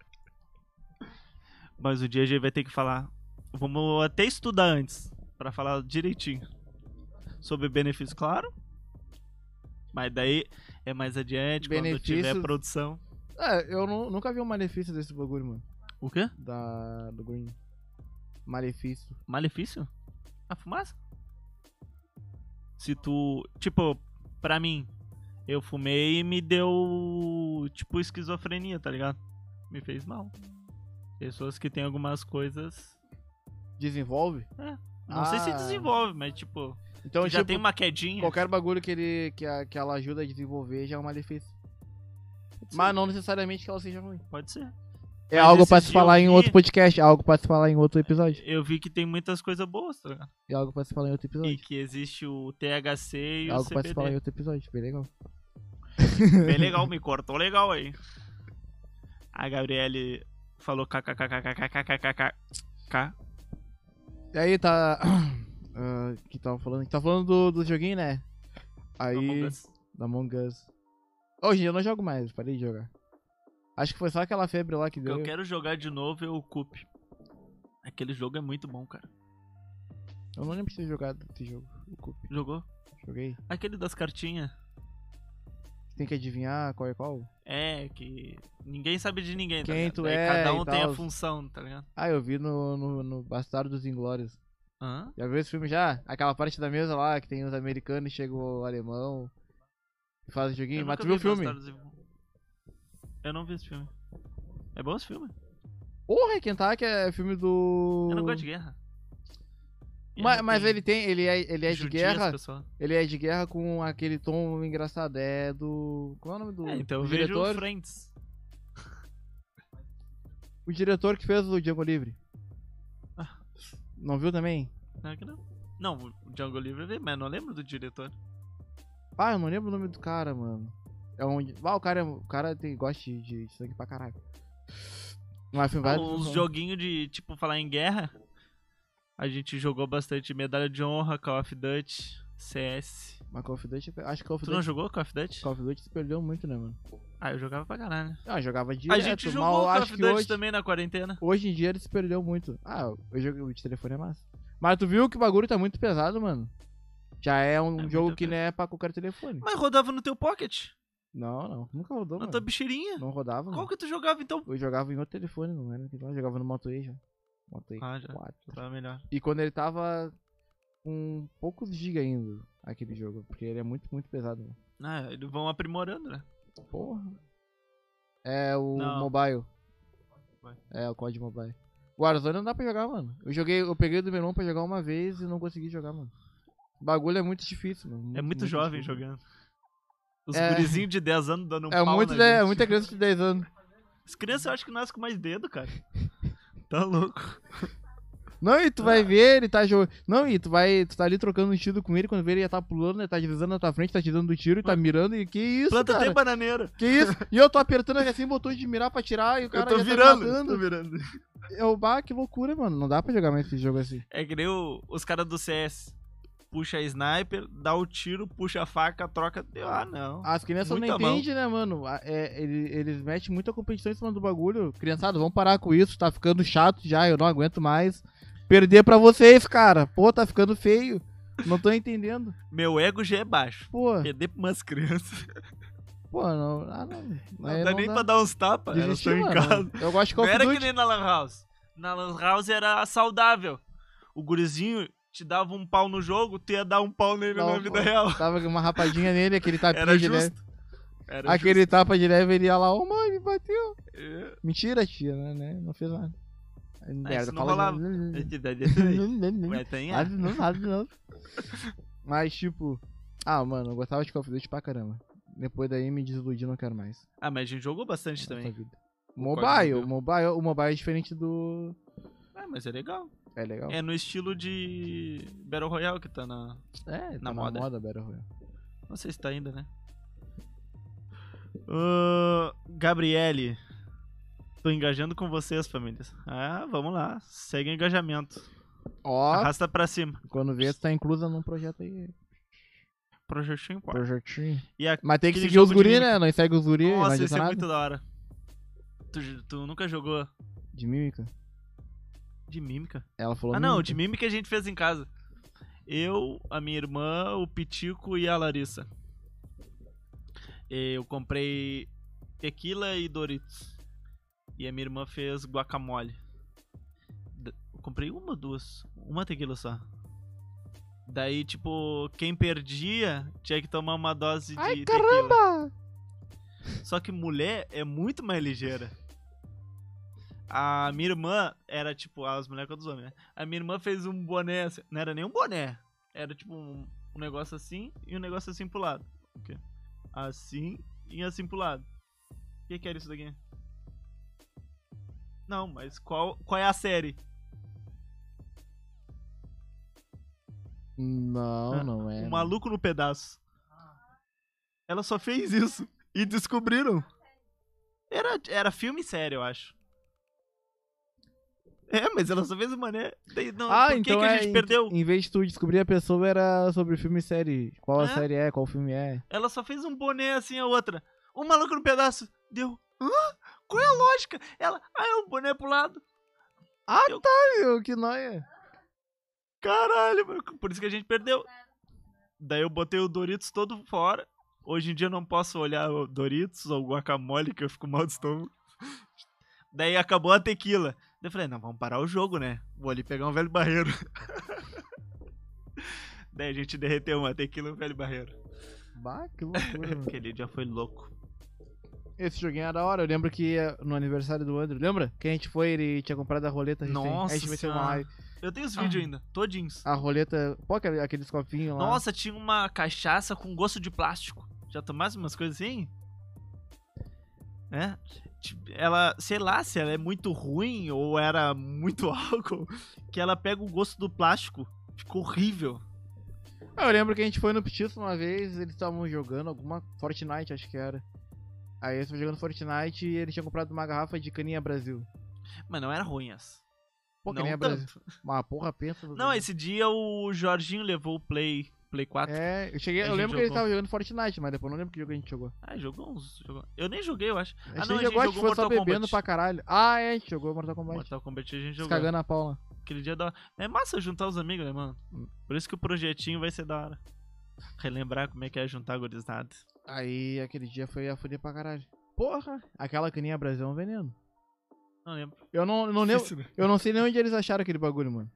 Mas o dia a gente vai ter que falar. Vamos até estudar antes, pra falar direitinho. Sobre benefícios, claro. Mas daí é mais adiante, quando tiver
Benefícios-
produção.
Ah, eu nu- nunca vi um malefício desse bagulho, mano.
O quê?
Da. do Green. Malefício.
Malefício? A fumaça? Se tu. Tipo, pra mim, eu fumei e me deu. Tipo, esquizofrenia, tá ligado? Me fez mal. Pessoas que têm algumas coisas.
Desenvolve?
Não sei se
Ah.
desenvolve, mas tipo.
Então,
já
tipo,
tem uma quedinha.
qualquer bagulho que, ele, que, a- que ela ajuda a desenvolver já é um malefício. Mas não necessariamente que ela seja ruim.
Pode ser.
É
Mas
algo
esses
pra se
dias
falar
eu
em
vi-
outro podcast, é algo pra se falar em outro episódio.
Eu vi que tem muitas coisas boas, tá ligado?
É algo pra se falar em outro
E
episódio.
que existe o THC e
É
o
algo pra se falar em
CBD.
outro episódio, bem legal.
Bem legal, me cortou legal aí. A Gabriele falou kkkkkkkkkkk.
E aí, tá. ah, que tava falando? Que tava falando do, do joguinho, né?
Among
Aí. né?
Us.
Da Among Us. Hoje em dia eu não jogo mais, parei de jogar. Acho que foi só aquela febre lá que
O que eu
deu.
quero jogar de novo é o Coop. Aquele jogo é muito bom, cara.
Eu não lembro de ter jogado esse jogo. O Coop.
Jogou?
Joguei.
Aquele das cartinhas.
tem que adivinhar qual é qual?
É, que ninguém sabe de ninguém, tá
Quem
ligado?
tu
Daí
é
cada
e
um tem a
tal.
função, tá ligado?
Ah, eu vi no, no, no Bastardo dos Inglórios.
Hã?
Já viu esse filme já? Aquela parte da mesa lá que tem os americanos, chega o alemão, faz o joguinho.
Eu
Mas
nunca
tu viu o
vi
filme?
Bastardos Inglórios. Eu não vi esse filme. É bom esse filme?
Porra, Kentucky é filme do.
Eu não gosto de guerra.
Mas,
Guerra
mas
tem
ele tem, ele é, ele é de
judias,
guerra,
pessoal.
ele é de guerra com aquele tom engraçado, é do, qual é o nome do,
É, então eu
do
vejo
diretor?
o Friends.
O diretor que fez o Django Livre.
Ah.
Não viu também?
Não, é que não. Não, o Django Livre, eu vi, mas eu não lembro do diretor.
Ah, eu não lembro o nome do cara, mano. É onde. Ah, o cara, o cara tem, gosta de, de sangue pra caralho. Mas foi vários.
Uns
filmes bons.
joguinhos de, tipo, falar em guerra. A gente jogou bastante Medalha de Honra, Call of Duty, CS.
Mas Call of Duty, acho que Call of
Tu não
Duty,
jogou Call of Duty?
Call of Duty se perdeu muito, né, mano?
Ah, eu jogava pra caralho.
Ah, eu jogava
A
direto,
gente
mal
jogou Call
acho
of
que
Duty
hoje,
também na quarentena.
hoje em dia ele se perdeu muito. Ah, eu joguei o de telefone é massa. Mas tu viu que o bagulho tá muito pesado, mano. Já é um
muito
jogo que
pesado.
não é pra qualquer telefone.
Mas rodava no teu pocket,
Não, não. Nunca rodou,
na
mano.
tua bicheirinha.
Não rodava,
Qual
mano.
que tu jogava então?
Eu jogava em outro telefone, não era? Eu jogava no Moto E já. Moto E
Ah, já.
4.
Tava melhor.
E quando ele tava com poucos giga ainda, aquele jogo, porque ele é muito, muito pesado. Mano.
Ah, eles vão aprimorando, né?
Porra. É o
Não.
mobile.
Vai.
É, o COD mobile. Warzone não dá pra jogar, mano. Eu joguei, eu peguei do meu irmão pra jogar uma vez e não consegui jogar, mano. O bagulho é muito difícil, mano.
É muito jovem
difícil.
jogando. Os
É.
gurizinhos de 10 anos dando um
É,
pau
muito,
na
de- é
gente.
muita criança de 10 anos.
As crianças eu acho que nascem com mais dedo, cara. Tá louco.
Não, e tu vai ver, ele tá jogando. Não, e tu vai. Tu tá ali trocando um tiro com ele, quando vê ele já tá pulando, ele tá deslizando na tua frente, tá te dando um tiro e tá mirando, e que isso,
Planta
cara?
tem bananeira.
Que isso? E eu tô apertando assim o botão de mirar pra tirar e o cara
eu tô
já
virando.
tá
tô
matando.
virando.
É o bar, que loucura, mano. Não dá pra jogar mais esse jogo assim.
É que nem o- os caras do CS. Puxa a sniper, dá o tiro, puxa a faca, troca. Deu, ah, não.
As crianças
Muita
não
mão.
entendem, né, mano? A- é, ele- eles metem muita competição em cima do bagulho. Criançada, vamos parar com isso. Tá ficando chato já, eu não aguento mais. Perder pra vocês, cara. Pô, tá ficando feio. Não tô entendendo.
Meu ego já é baixo.
Pô,
Perder pra umas crianças.
pô, não. Ah, não.
Não
Aí
dá
não
nem pra dar uns tapas. Elas
Desistir,
estão em
mano.
casa.
Eu gosto de Call
Não
of
era que
Duty.
nem na Lan House. Na Lan House era saudável. O gurizinho te dava um pau no jogo, tu ia dar um pau nele
Não,
na vida
pô.
real.
Tava com uma rapadinha nele, aquele tapinha
Era
de leve.
justo. Era
Aquele tapa de leve, ele ia lá, ô mãe, me bateu.
justo. É,
Mentira, tia, né? né? Não fez nada. Aí,
Ah, isso não
fala-
rolava. é Mas tem é.
Nada, não, nada, não. Mas, tipo... Ah, mano, eu gostava de Call of Duty pra caramba. Depois daí me desiludi, não quero mais.
Ah, mas a gente jogou bastante também.
Essa vida.
Código
Mobile,
Mobile.
mobile, o mobile é diferente do...
Ah, mas é legal.
É legal.
É no estilo de Battle Royale que tá na.
É, tá
na moda.
Battle Royale.
Não sei se tá ainda, né? Ahn, Gabriele. Tô engajando com vocês, famílias. Ah, vamos lá. Segue o engajamento.
Ó,
Arrasta pra cima.
quando vê, tu tá inclusa num projeto aí.
Projetinho pode.
Projetinho.
E a...
Mas tem que
Aquele
seguir
jogo
os
de
guri,
mímica.
né? Nós segue os guri, não
Nossa,
adianta
isso é
nada.
muito da hora. Tu, tu nunca jogou
De mímica.
de mímica?
Ela falou
Ah, não,
mímica.
de mímica a gente fez em casa. Eu, a minha irmã, o Pitico e a Larissa. Eu comprei tequila e Doritos. E a minha irmã fez guacamole. D- Eu comprei uma ou duas? Uma tequila só. Daí, tipo, quem perdia tinha que tomar uma dose de
Ai,
tequila.
caramba!
Só que mulher é muito mais ligeira. A minha irmã era tipo. As mulheres com os homens, né? A minha irmã fez um boné. assim, Não era nem um boné. Era tipo um, um negócio assim e um negócio assim pro lado. Ok. Assim e assim pro lado. O que, que era isso daqui? Não, mas qual, qual é a série?
Não, não é.
Ah, o
não.
maluco no pedaço. Ela só fez isso. E descobriram. Era, era filme e série, eu acho. É, mas ela só fez o mané. Daí, Não, por que que a gente
Ah, então é em-
perdeu?
Em vez de tu descobrir a pessoa, era sobre filme e série. Qual a
É?
série é, qual filme é.
Ela só fez um boné assim a outra. O maluco no pedaço. Deu. Hã? Qual é a lógica? Ela. Ah, é um boné pro lado.
Meu, que é? noia.
Caralho, mano, por isso que a gente perdeu. Daí eu botei o Doritos todo fora. Hoje em dia eu não posso olhar o Doritos ou guacamole que eu fico mal de estômago. Daí acabou a tequila. Daí eu falei, não, vamos parar o jogo, né? Vou ali pegar um velho barreiro. Daí a gente derreteu uma tequila e um velho barreiro.
Bah, que loucura, mano.
Aquele dia foi louco.
Esse joguinho era da hora. Eu lembro que eh, no aniversário do Andrew, lembra? Que a gente foi, ele tinha comprado a roleta recém.
Nossa
a gente meteu uma
Senhora.
live.
Eu tenho os vídeos ainda, todinhos.
A roleta. Pô, aquele- aqueles copinhos lá.
Nossa, tinha uma cachaça com gosto de plástico. Já tomasse umas coisas assim? É? Tipo, Ela, sei lá, se ela é muito ruim ou era muito álcool, que ela pega o gosto do plástico. Ficou horrível.
Ah, Eu lembro que a gente foi no Petiço uma vez, eles estavam jogando alguma Fortnite, acho que era. Aí eles estavam jogando Fortnite e eles tinham comprado uma garrafa de caninha Brasil.
Mas não era ruim essa.
Pô,
não
caninha
tanto.
Brasil. Uma porra, pensa.
Não, esse dia o Jorginho levou o Play, Play 4.
É, eu, cheguei,
A
eu
gente
lembro que eles
jogou.
estavam jogando Fortnite, mas depois eu não lembro que jogo a gente jogou.
Ah, jogou uns. jogou- Eu nem joguei, eu acho.
A gente
não,
nem
a gente
jogou, a gente
jogou
foi só
Mortal
bebendo
Kombat.
pra caralho. Ah, é, a gente jogou Mortal Kombat.
Mortal Kombat a gente
Se
jogou.
cagando a Paula.
Aquele dia é da hora. É massa juntar os amigos, né, mano? Por isso que o projetinho vai ser da hora. Relembrar como é que é juntar a gurizada.
Aí aquele dia foi a fuder pra caralho. Porra! Aquela caninha Brasil é um veneno.
Não lembro.
Eu não, não lembro.
Difícil, né?
Eu não sei nem onde eles acharam aquele bagulho, mano.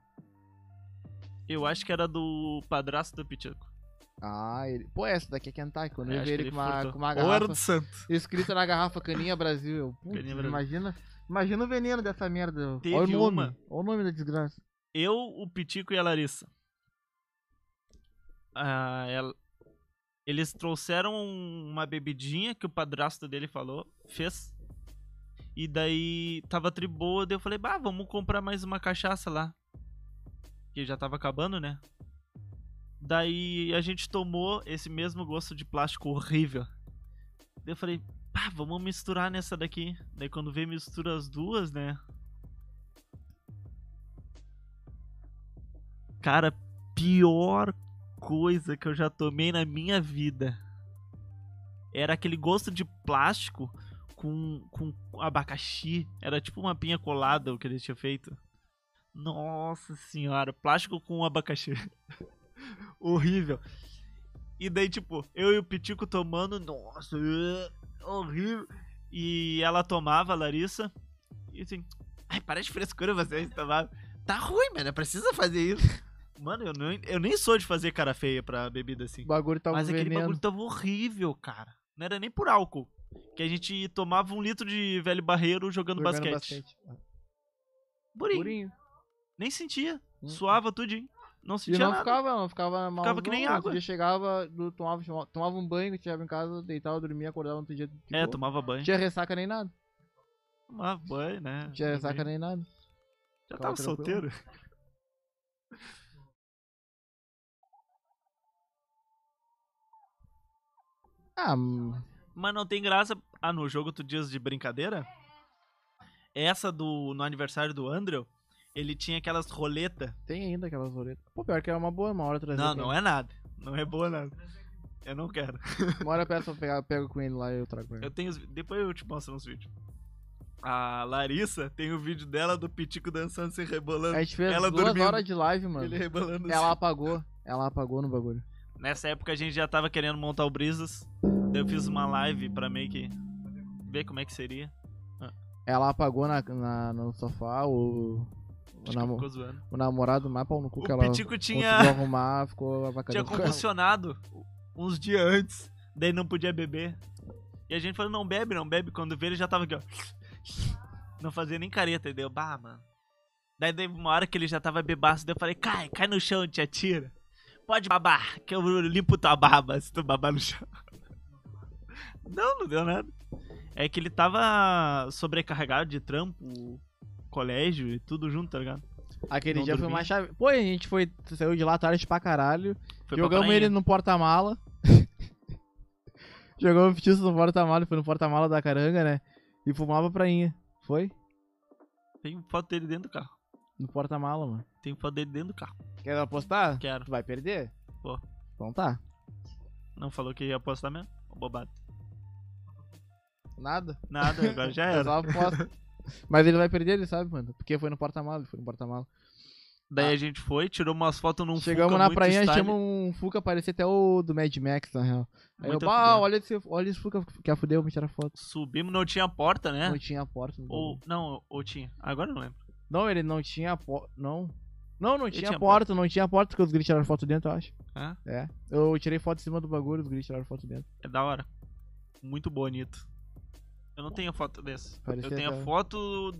Eu acho que era do padrasto do Pichaco.
Ah, ele. Pô, essa daqui é Kentucky. Quando
É,
eu
acho
vi
que
ele
ele
com uma,
furtou.
com uma
Ou era
garrafa
do Santo.
escrita na garrafa Caninha Brasil. Eu, putz,
Caninha Brasil.
Imagina, imagina o veneno dessa merda.
Teve
Olha o nome.
uma.
Olha o nome da desgraça.
Eu, o Pitico e a Larissa. Ah, ela... Eles trouxeram um, uma bebidinha que o padrasto dele falou, fez. E daí tava triboa, daí eu falei, bah, vamos comprar mais uma cachaça lá. Que já tava acabando, né? Daí a gente tomou esse mesmo gosto de plástico horrível. Daí eu falei, pá, vamos misturar nessa daqui. Daí quando vem mistura as duas, né? Cara, pior coisa que eu já tomei na minha vida. Era aquele gosto de plástico com, com abacaxi. Era tipo uma pinha colada o que ele tinha feito. Nossa senhora, plástico com abacaxi. Horrível. E daí, tipo, eu e o Pitico tomando, nossa, é, horrível. E ela tomava, a Larissa, e assim, ai, para de frescura vocês tomavam. Tá ruim, mano, precisa fazer isso. Mano, eu nem, eu nem sou de fazer cara feia pra bebida assim.
O bagulho tava
Mas aquele
veneno.
bagulho tava horrível, cara. Não era nem por álcool. Que a gente tomava um litro de velho barreiro tá jogando,
jogando
basquete. Burim.
Purinho.
Nem sentia.
Hum.
Suava tudinho. Não
E
sentia
não
nada.
ficava, não ficava mal.
Ficava que
não,
nem
outro
água.
Dia chegava, do- tomava, tomava um banho, chegava em casa, deitava, dormia, acordava no outro dia. de
É,
boa.
tomava banho.
Tinha ressaca nem nada.
Tomava banho, né?
Tinha
Dormia.
ressaca nem nada.
Já tava
Tava tranquilo.
solteiro.
Ah, hum,
Mas não tem graça. Ah, no jogo tu diz de brincadeira? Essa do. No aniversário do Andrew, ele tinha aquelas roletas.
tem ainda aquelas roletas. Pô, pior que era uma boa, uma hora trazer.
Não, não é nada. Não é boa nada. Eu não quero.
Uma hora eu peço, eu pego, pego com ele lá e eu trago pra ele.
Eu tenho os... vi- Depois eu te mostro uns vídeos. A Larissa tem o vídeo dela do Pitico dançando sem rebolando.
A gente fez
Ela
duas
dormindo.
horas de live, mano.
Ele rebolando
Ela apagou. Ela apagou no bagulho.
assim. Nessa época a gente já tava querendo montar o Brisas. Daí eu fiz uma live pra meio que ver como é que seria.
Ela apagou na, na- no sofá, o. O,
Acho que
namo-
ficou zoando.
o namorado mais pau no cu
O
que ela
Pitico tinha,
conseguiu arrumar, ficou
tinha
avacalhando com ela.
convulsionado uns dias antes. Daí não podia beber. E a gente falou, não bebe, não bebe. Quando vê ele já tava aqui, ó. Não fazia nem careta. E deu, bah, mano. Daí teve uma hora que ele já tava bebaço. Daí eu falei, cai, cai no chão, te atira. Pode babar, que eu limpo tua barba se tu babar no chão. Não, não deu nada. É que ele tava sobrecarregado de trampo, colégio e tudo junto, tá ligado?
Aquele
Não
dia foi
dormi.
uma chave. Pô, a gente foi, saiu de lá tarde pra caralho.
Foi pra
Jogamos
prainha.
ele no porta-mala. Jogamos feitiço no porta-mala, foi no porta-mala da caranga, né? E fumava prainha. Foi?
Tem foto dele dentro do carro.
No porta-mala, mano.
Tem foto dele dentro do carro.
Quer apostar?
Quero.
Tu vai perder?
Pô.
Então tá.
Não falou que ia apostar mesmo? Ô, Bobado.
Nada. É
Nada, agora já
Eu
era.
só aposto. Mas ele vai perder, ele sabe, mano. Porque foi no porta-mala, ele foi no porta-mala.
Daí a gente foi, tirou umas fotos num
Chegamos
Um Fuca
na
muito
prainha,
style.
achamos um Fuca, parecia até o do Mad Max, na real. Aí
Muito
eu,
a
"Bah,
fuder."
olha esse, olha esse Fuca que a fudeu, me tirar foto.
Subimos, não tinha porta, né?
Não tinha porta. Não,
Ou, não, ou tinha. Agora eu não lembro.
não ele não tinha porta, não. Não, não tinha,
tinha
porta, não tinha porta, porque os guris tiraram foto dentro, eu acho.
É?
É. Eu tirei foto em cima do bagulho, os guris tiraram foto dentro.
É da hora. Muito bonito. Eu não tenho foto desse.
Parecia
eu tenho
até-
a foto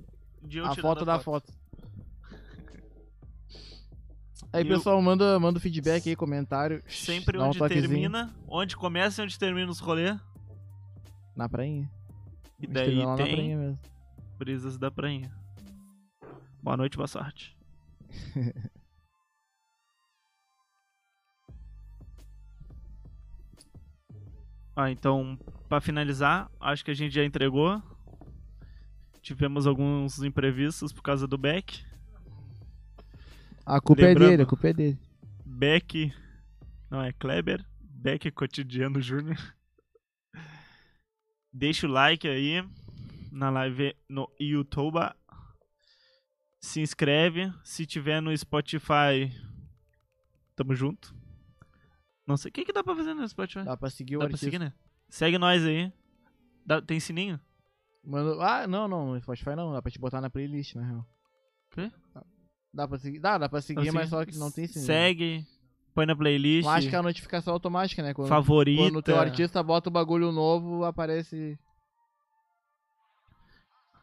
de eu
a
tirando
foto da foto. Aí,
E o-
pessoal, manda, manda o feedback aí, comentário.
Sempre
Dá um
onde
toquezinho
termina, onde começa e onde termina os rolês.
Na prainha.
E
A gente
daí
terminou lá na
tem
prainha mesmo.
brisas da prainha. Boa noite, boa sorte. ah, então, pra finalizar, acho que a gente já entregou. Tivemos alguns imprevistos por causa do Beck.
A culpa é
Lembrando-
dele, a culpa é dele.
Beck. Não, é Kleber. Beck Cotidiano Júnior. Deixa o like aí na live no YouTube. Se inscreve. Se tiver no Spotify, tamo junto. Não sei o que, que dá pra fazer no Spotify.
Dá pra seguir o
dá pra
artista.
seguir, né? Segue nós aí. Dá- tem sininho?
Mano, ah, não, não, no Spotify não, dá pra te botar na playlist, na real.
Quê?
Dá pra seguir, dá, dá pra seguir,
Dá pra
mas só que não tem sininho.
Segue. Põe na playlist.
Eu Acho que é a notificação automática, né? Quando,
favorita.
quando o teu artista bota o bagulho novo, aparece.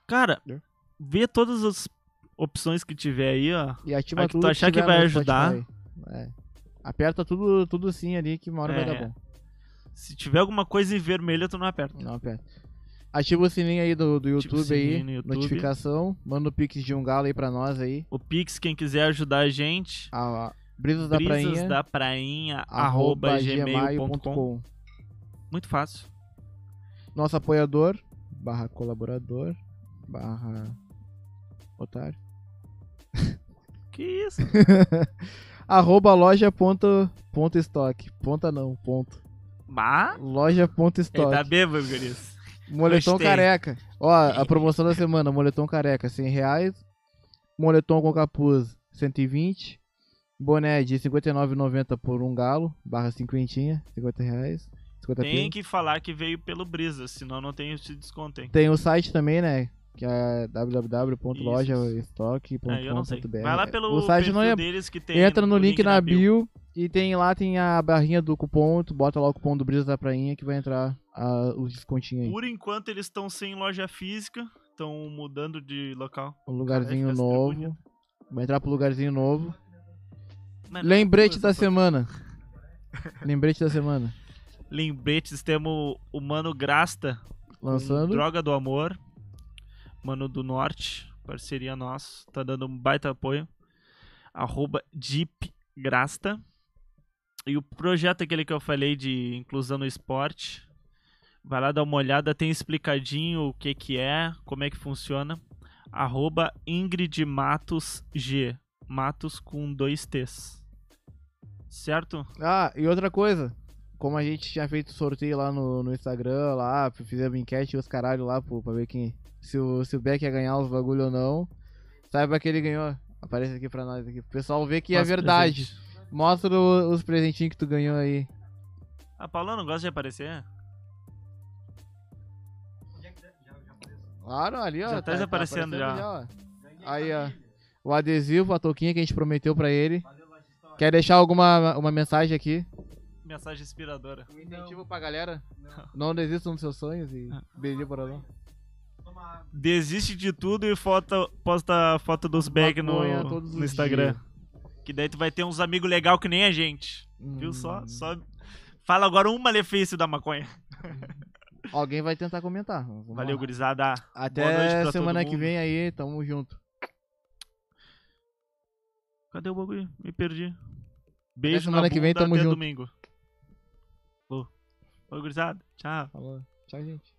Cara,
É.
vê todas as opções que tiver aí, ó.
E ativa
Aí que
tudo.
tu achar que
tiver
vai
no
ajudar.
Spotify. É. Aperta tudo, tudo sim ali, que uma hora vai
É.
dar bom.
Se tiver alguma coisa em vermelho, tu não aperta.
Não aperta. Ativa o sininho aí do, do
Ativa o
YouTube aí,
sininho no YouTube.
notificação. Manda o pix de um galo aí pra nós aí.
O Pix, quem quiser ajudar a gente,
A, a Brisas da
brisas
Prainha.
da prainha,
arroba
arroba gmail.com.
gmail.com.
Muito fácil.
Nosso apoiador, barra colaborador, barra otário.
Que isso?
Arroba loja ponto, ponto estoque. Ponta não, ponto.
Bah,
Loja ponto
ele tá
estoque.
bêbado, guris.
Moletom
Gostei.
careca. Ó, a promoção da semana, moletom careca, R$ 100 reais. Moletom com capuz, 120. Boné de 59,90 por um galo, barra cinquentinha, 50 reais. 50
Tem
pila.
que falar que veio pelo Brisa, senão não tem esse desconto, hein?
Tem o site também, né? Que é
Aí eu não sei.
www.lojaestoque.com.br.
Vai lá pelo
o site não
perfil
é
deles que tem.
Entra no
o
link, na bio, e tem lá tem a barrinha do cupom, tu bota lá o cupom do Brisa da Prainha que vai entrar ah, os descontinhos aí.
Por enquanto eles estão sem loja física, estão mudando de local.
Um lugarzinho
Caralho, festa
novo.
bonita.
Vai entrar pro lugarzinho novo.
Mas não é
Lembrete
duas,
da
só-
semana. Lembrete da semana.
Lembretes, temos o Mano Grasta, com
Lançando.
Droga do Amor, Mano do Norte, parceria nossa, tá dando um baita apoio. Arroba Jeep Grasta. E o projeto aquele que eu falei de inclusão no esporte. Vai lá dar uma olhada, tem explicadinho o que que é, como é que funciona. Arroba Ingrid Matos G. Matos com dois T's. Certo?
Ah, e outra coisa. Como a gente tinha feito sorteio lá no, no Instagram, lá, fizemos enquete e os caralho lá, pô, pra ver quem. Se o, se o Beck ia ganhar os bagulho ou não. Saiba que ele ganhou. Aparece aqui pra nós aqui. O pessoal vê que é
Nosso
verdade.
presente.
Mostra o- os presentinhos que tu ganhou aí.
A Paula Ah, não gosta de aparecer?
Claro, ali, ó.
Já tá desaparecendo, já.
ó. Aí, ó. O adesivo, a touquinha que a gente prometeu pra ele. Quer deixar alguma uma mensagem aqui?
Mensagem inspiradora.
Um incentivo pra galera? Não, Ah. desistam dos seus sonhos e beijo para lá.
Desiste de tudo e foto, posta a foto dos bags
Maconha
no,
todos
no
os
Instagram. Que daí tu vai ter uns amigos legal que nem a gente.
Hum.
Viu só? Só. Fala agora um malefício da maconha.
Alguém vai tentar comentar. Vamos
Valeu,
lá.
gurizada. Boa noite
Até
pra
semana
todo
que
mundo.
vem aí, tamo junto.
Cadê o bagulho? Me perdi. Beijo na
semana que vem,
bunda,
tamo
até
junto.
domingo. Falou. Oi, gurizada. Tchau.
Falou. Tchau, gente.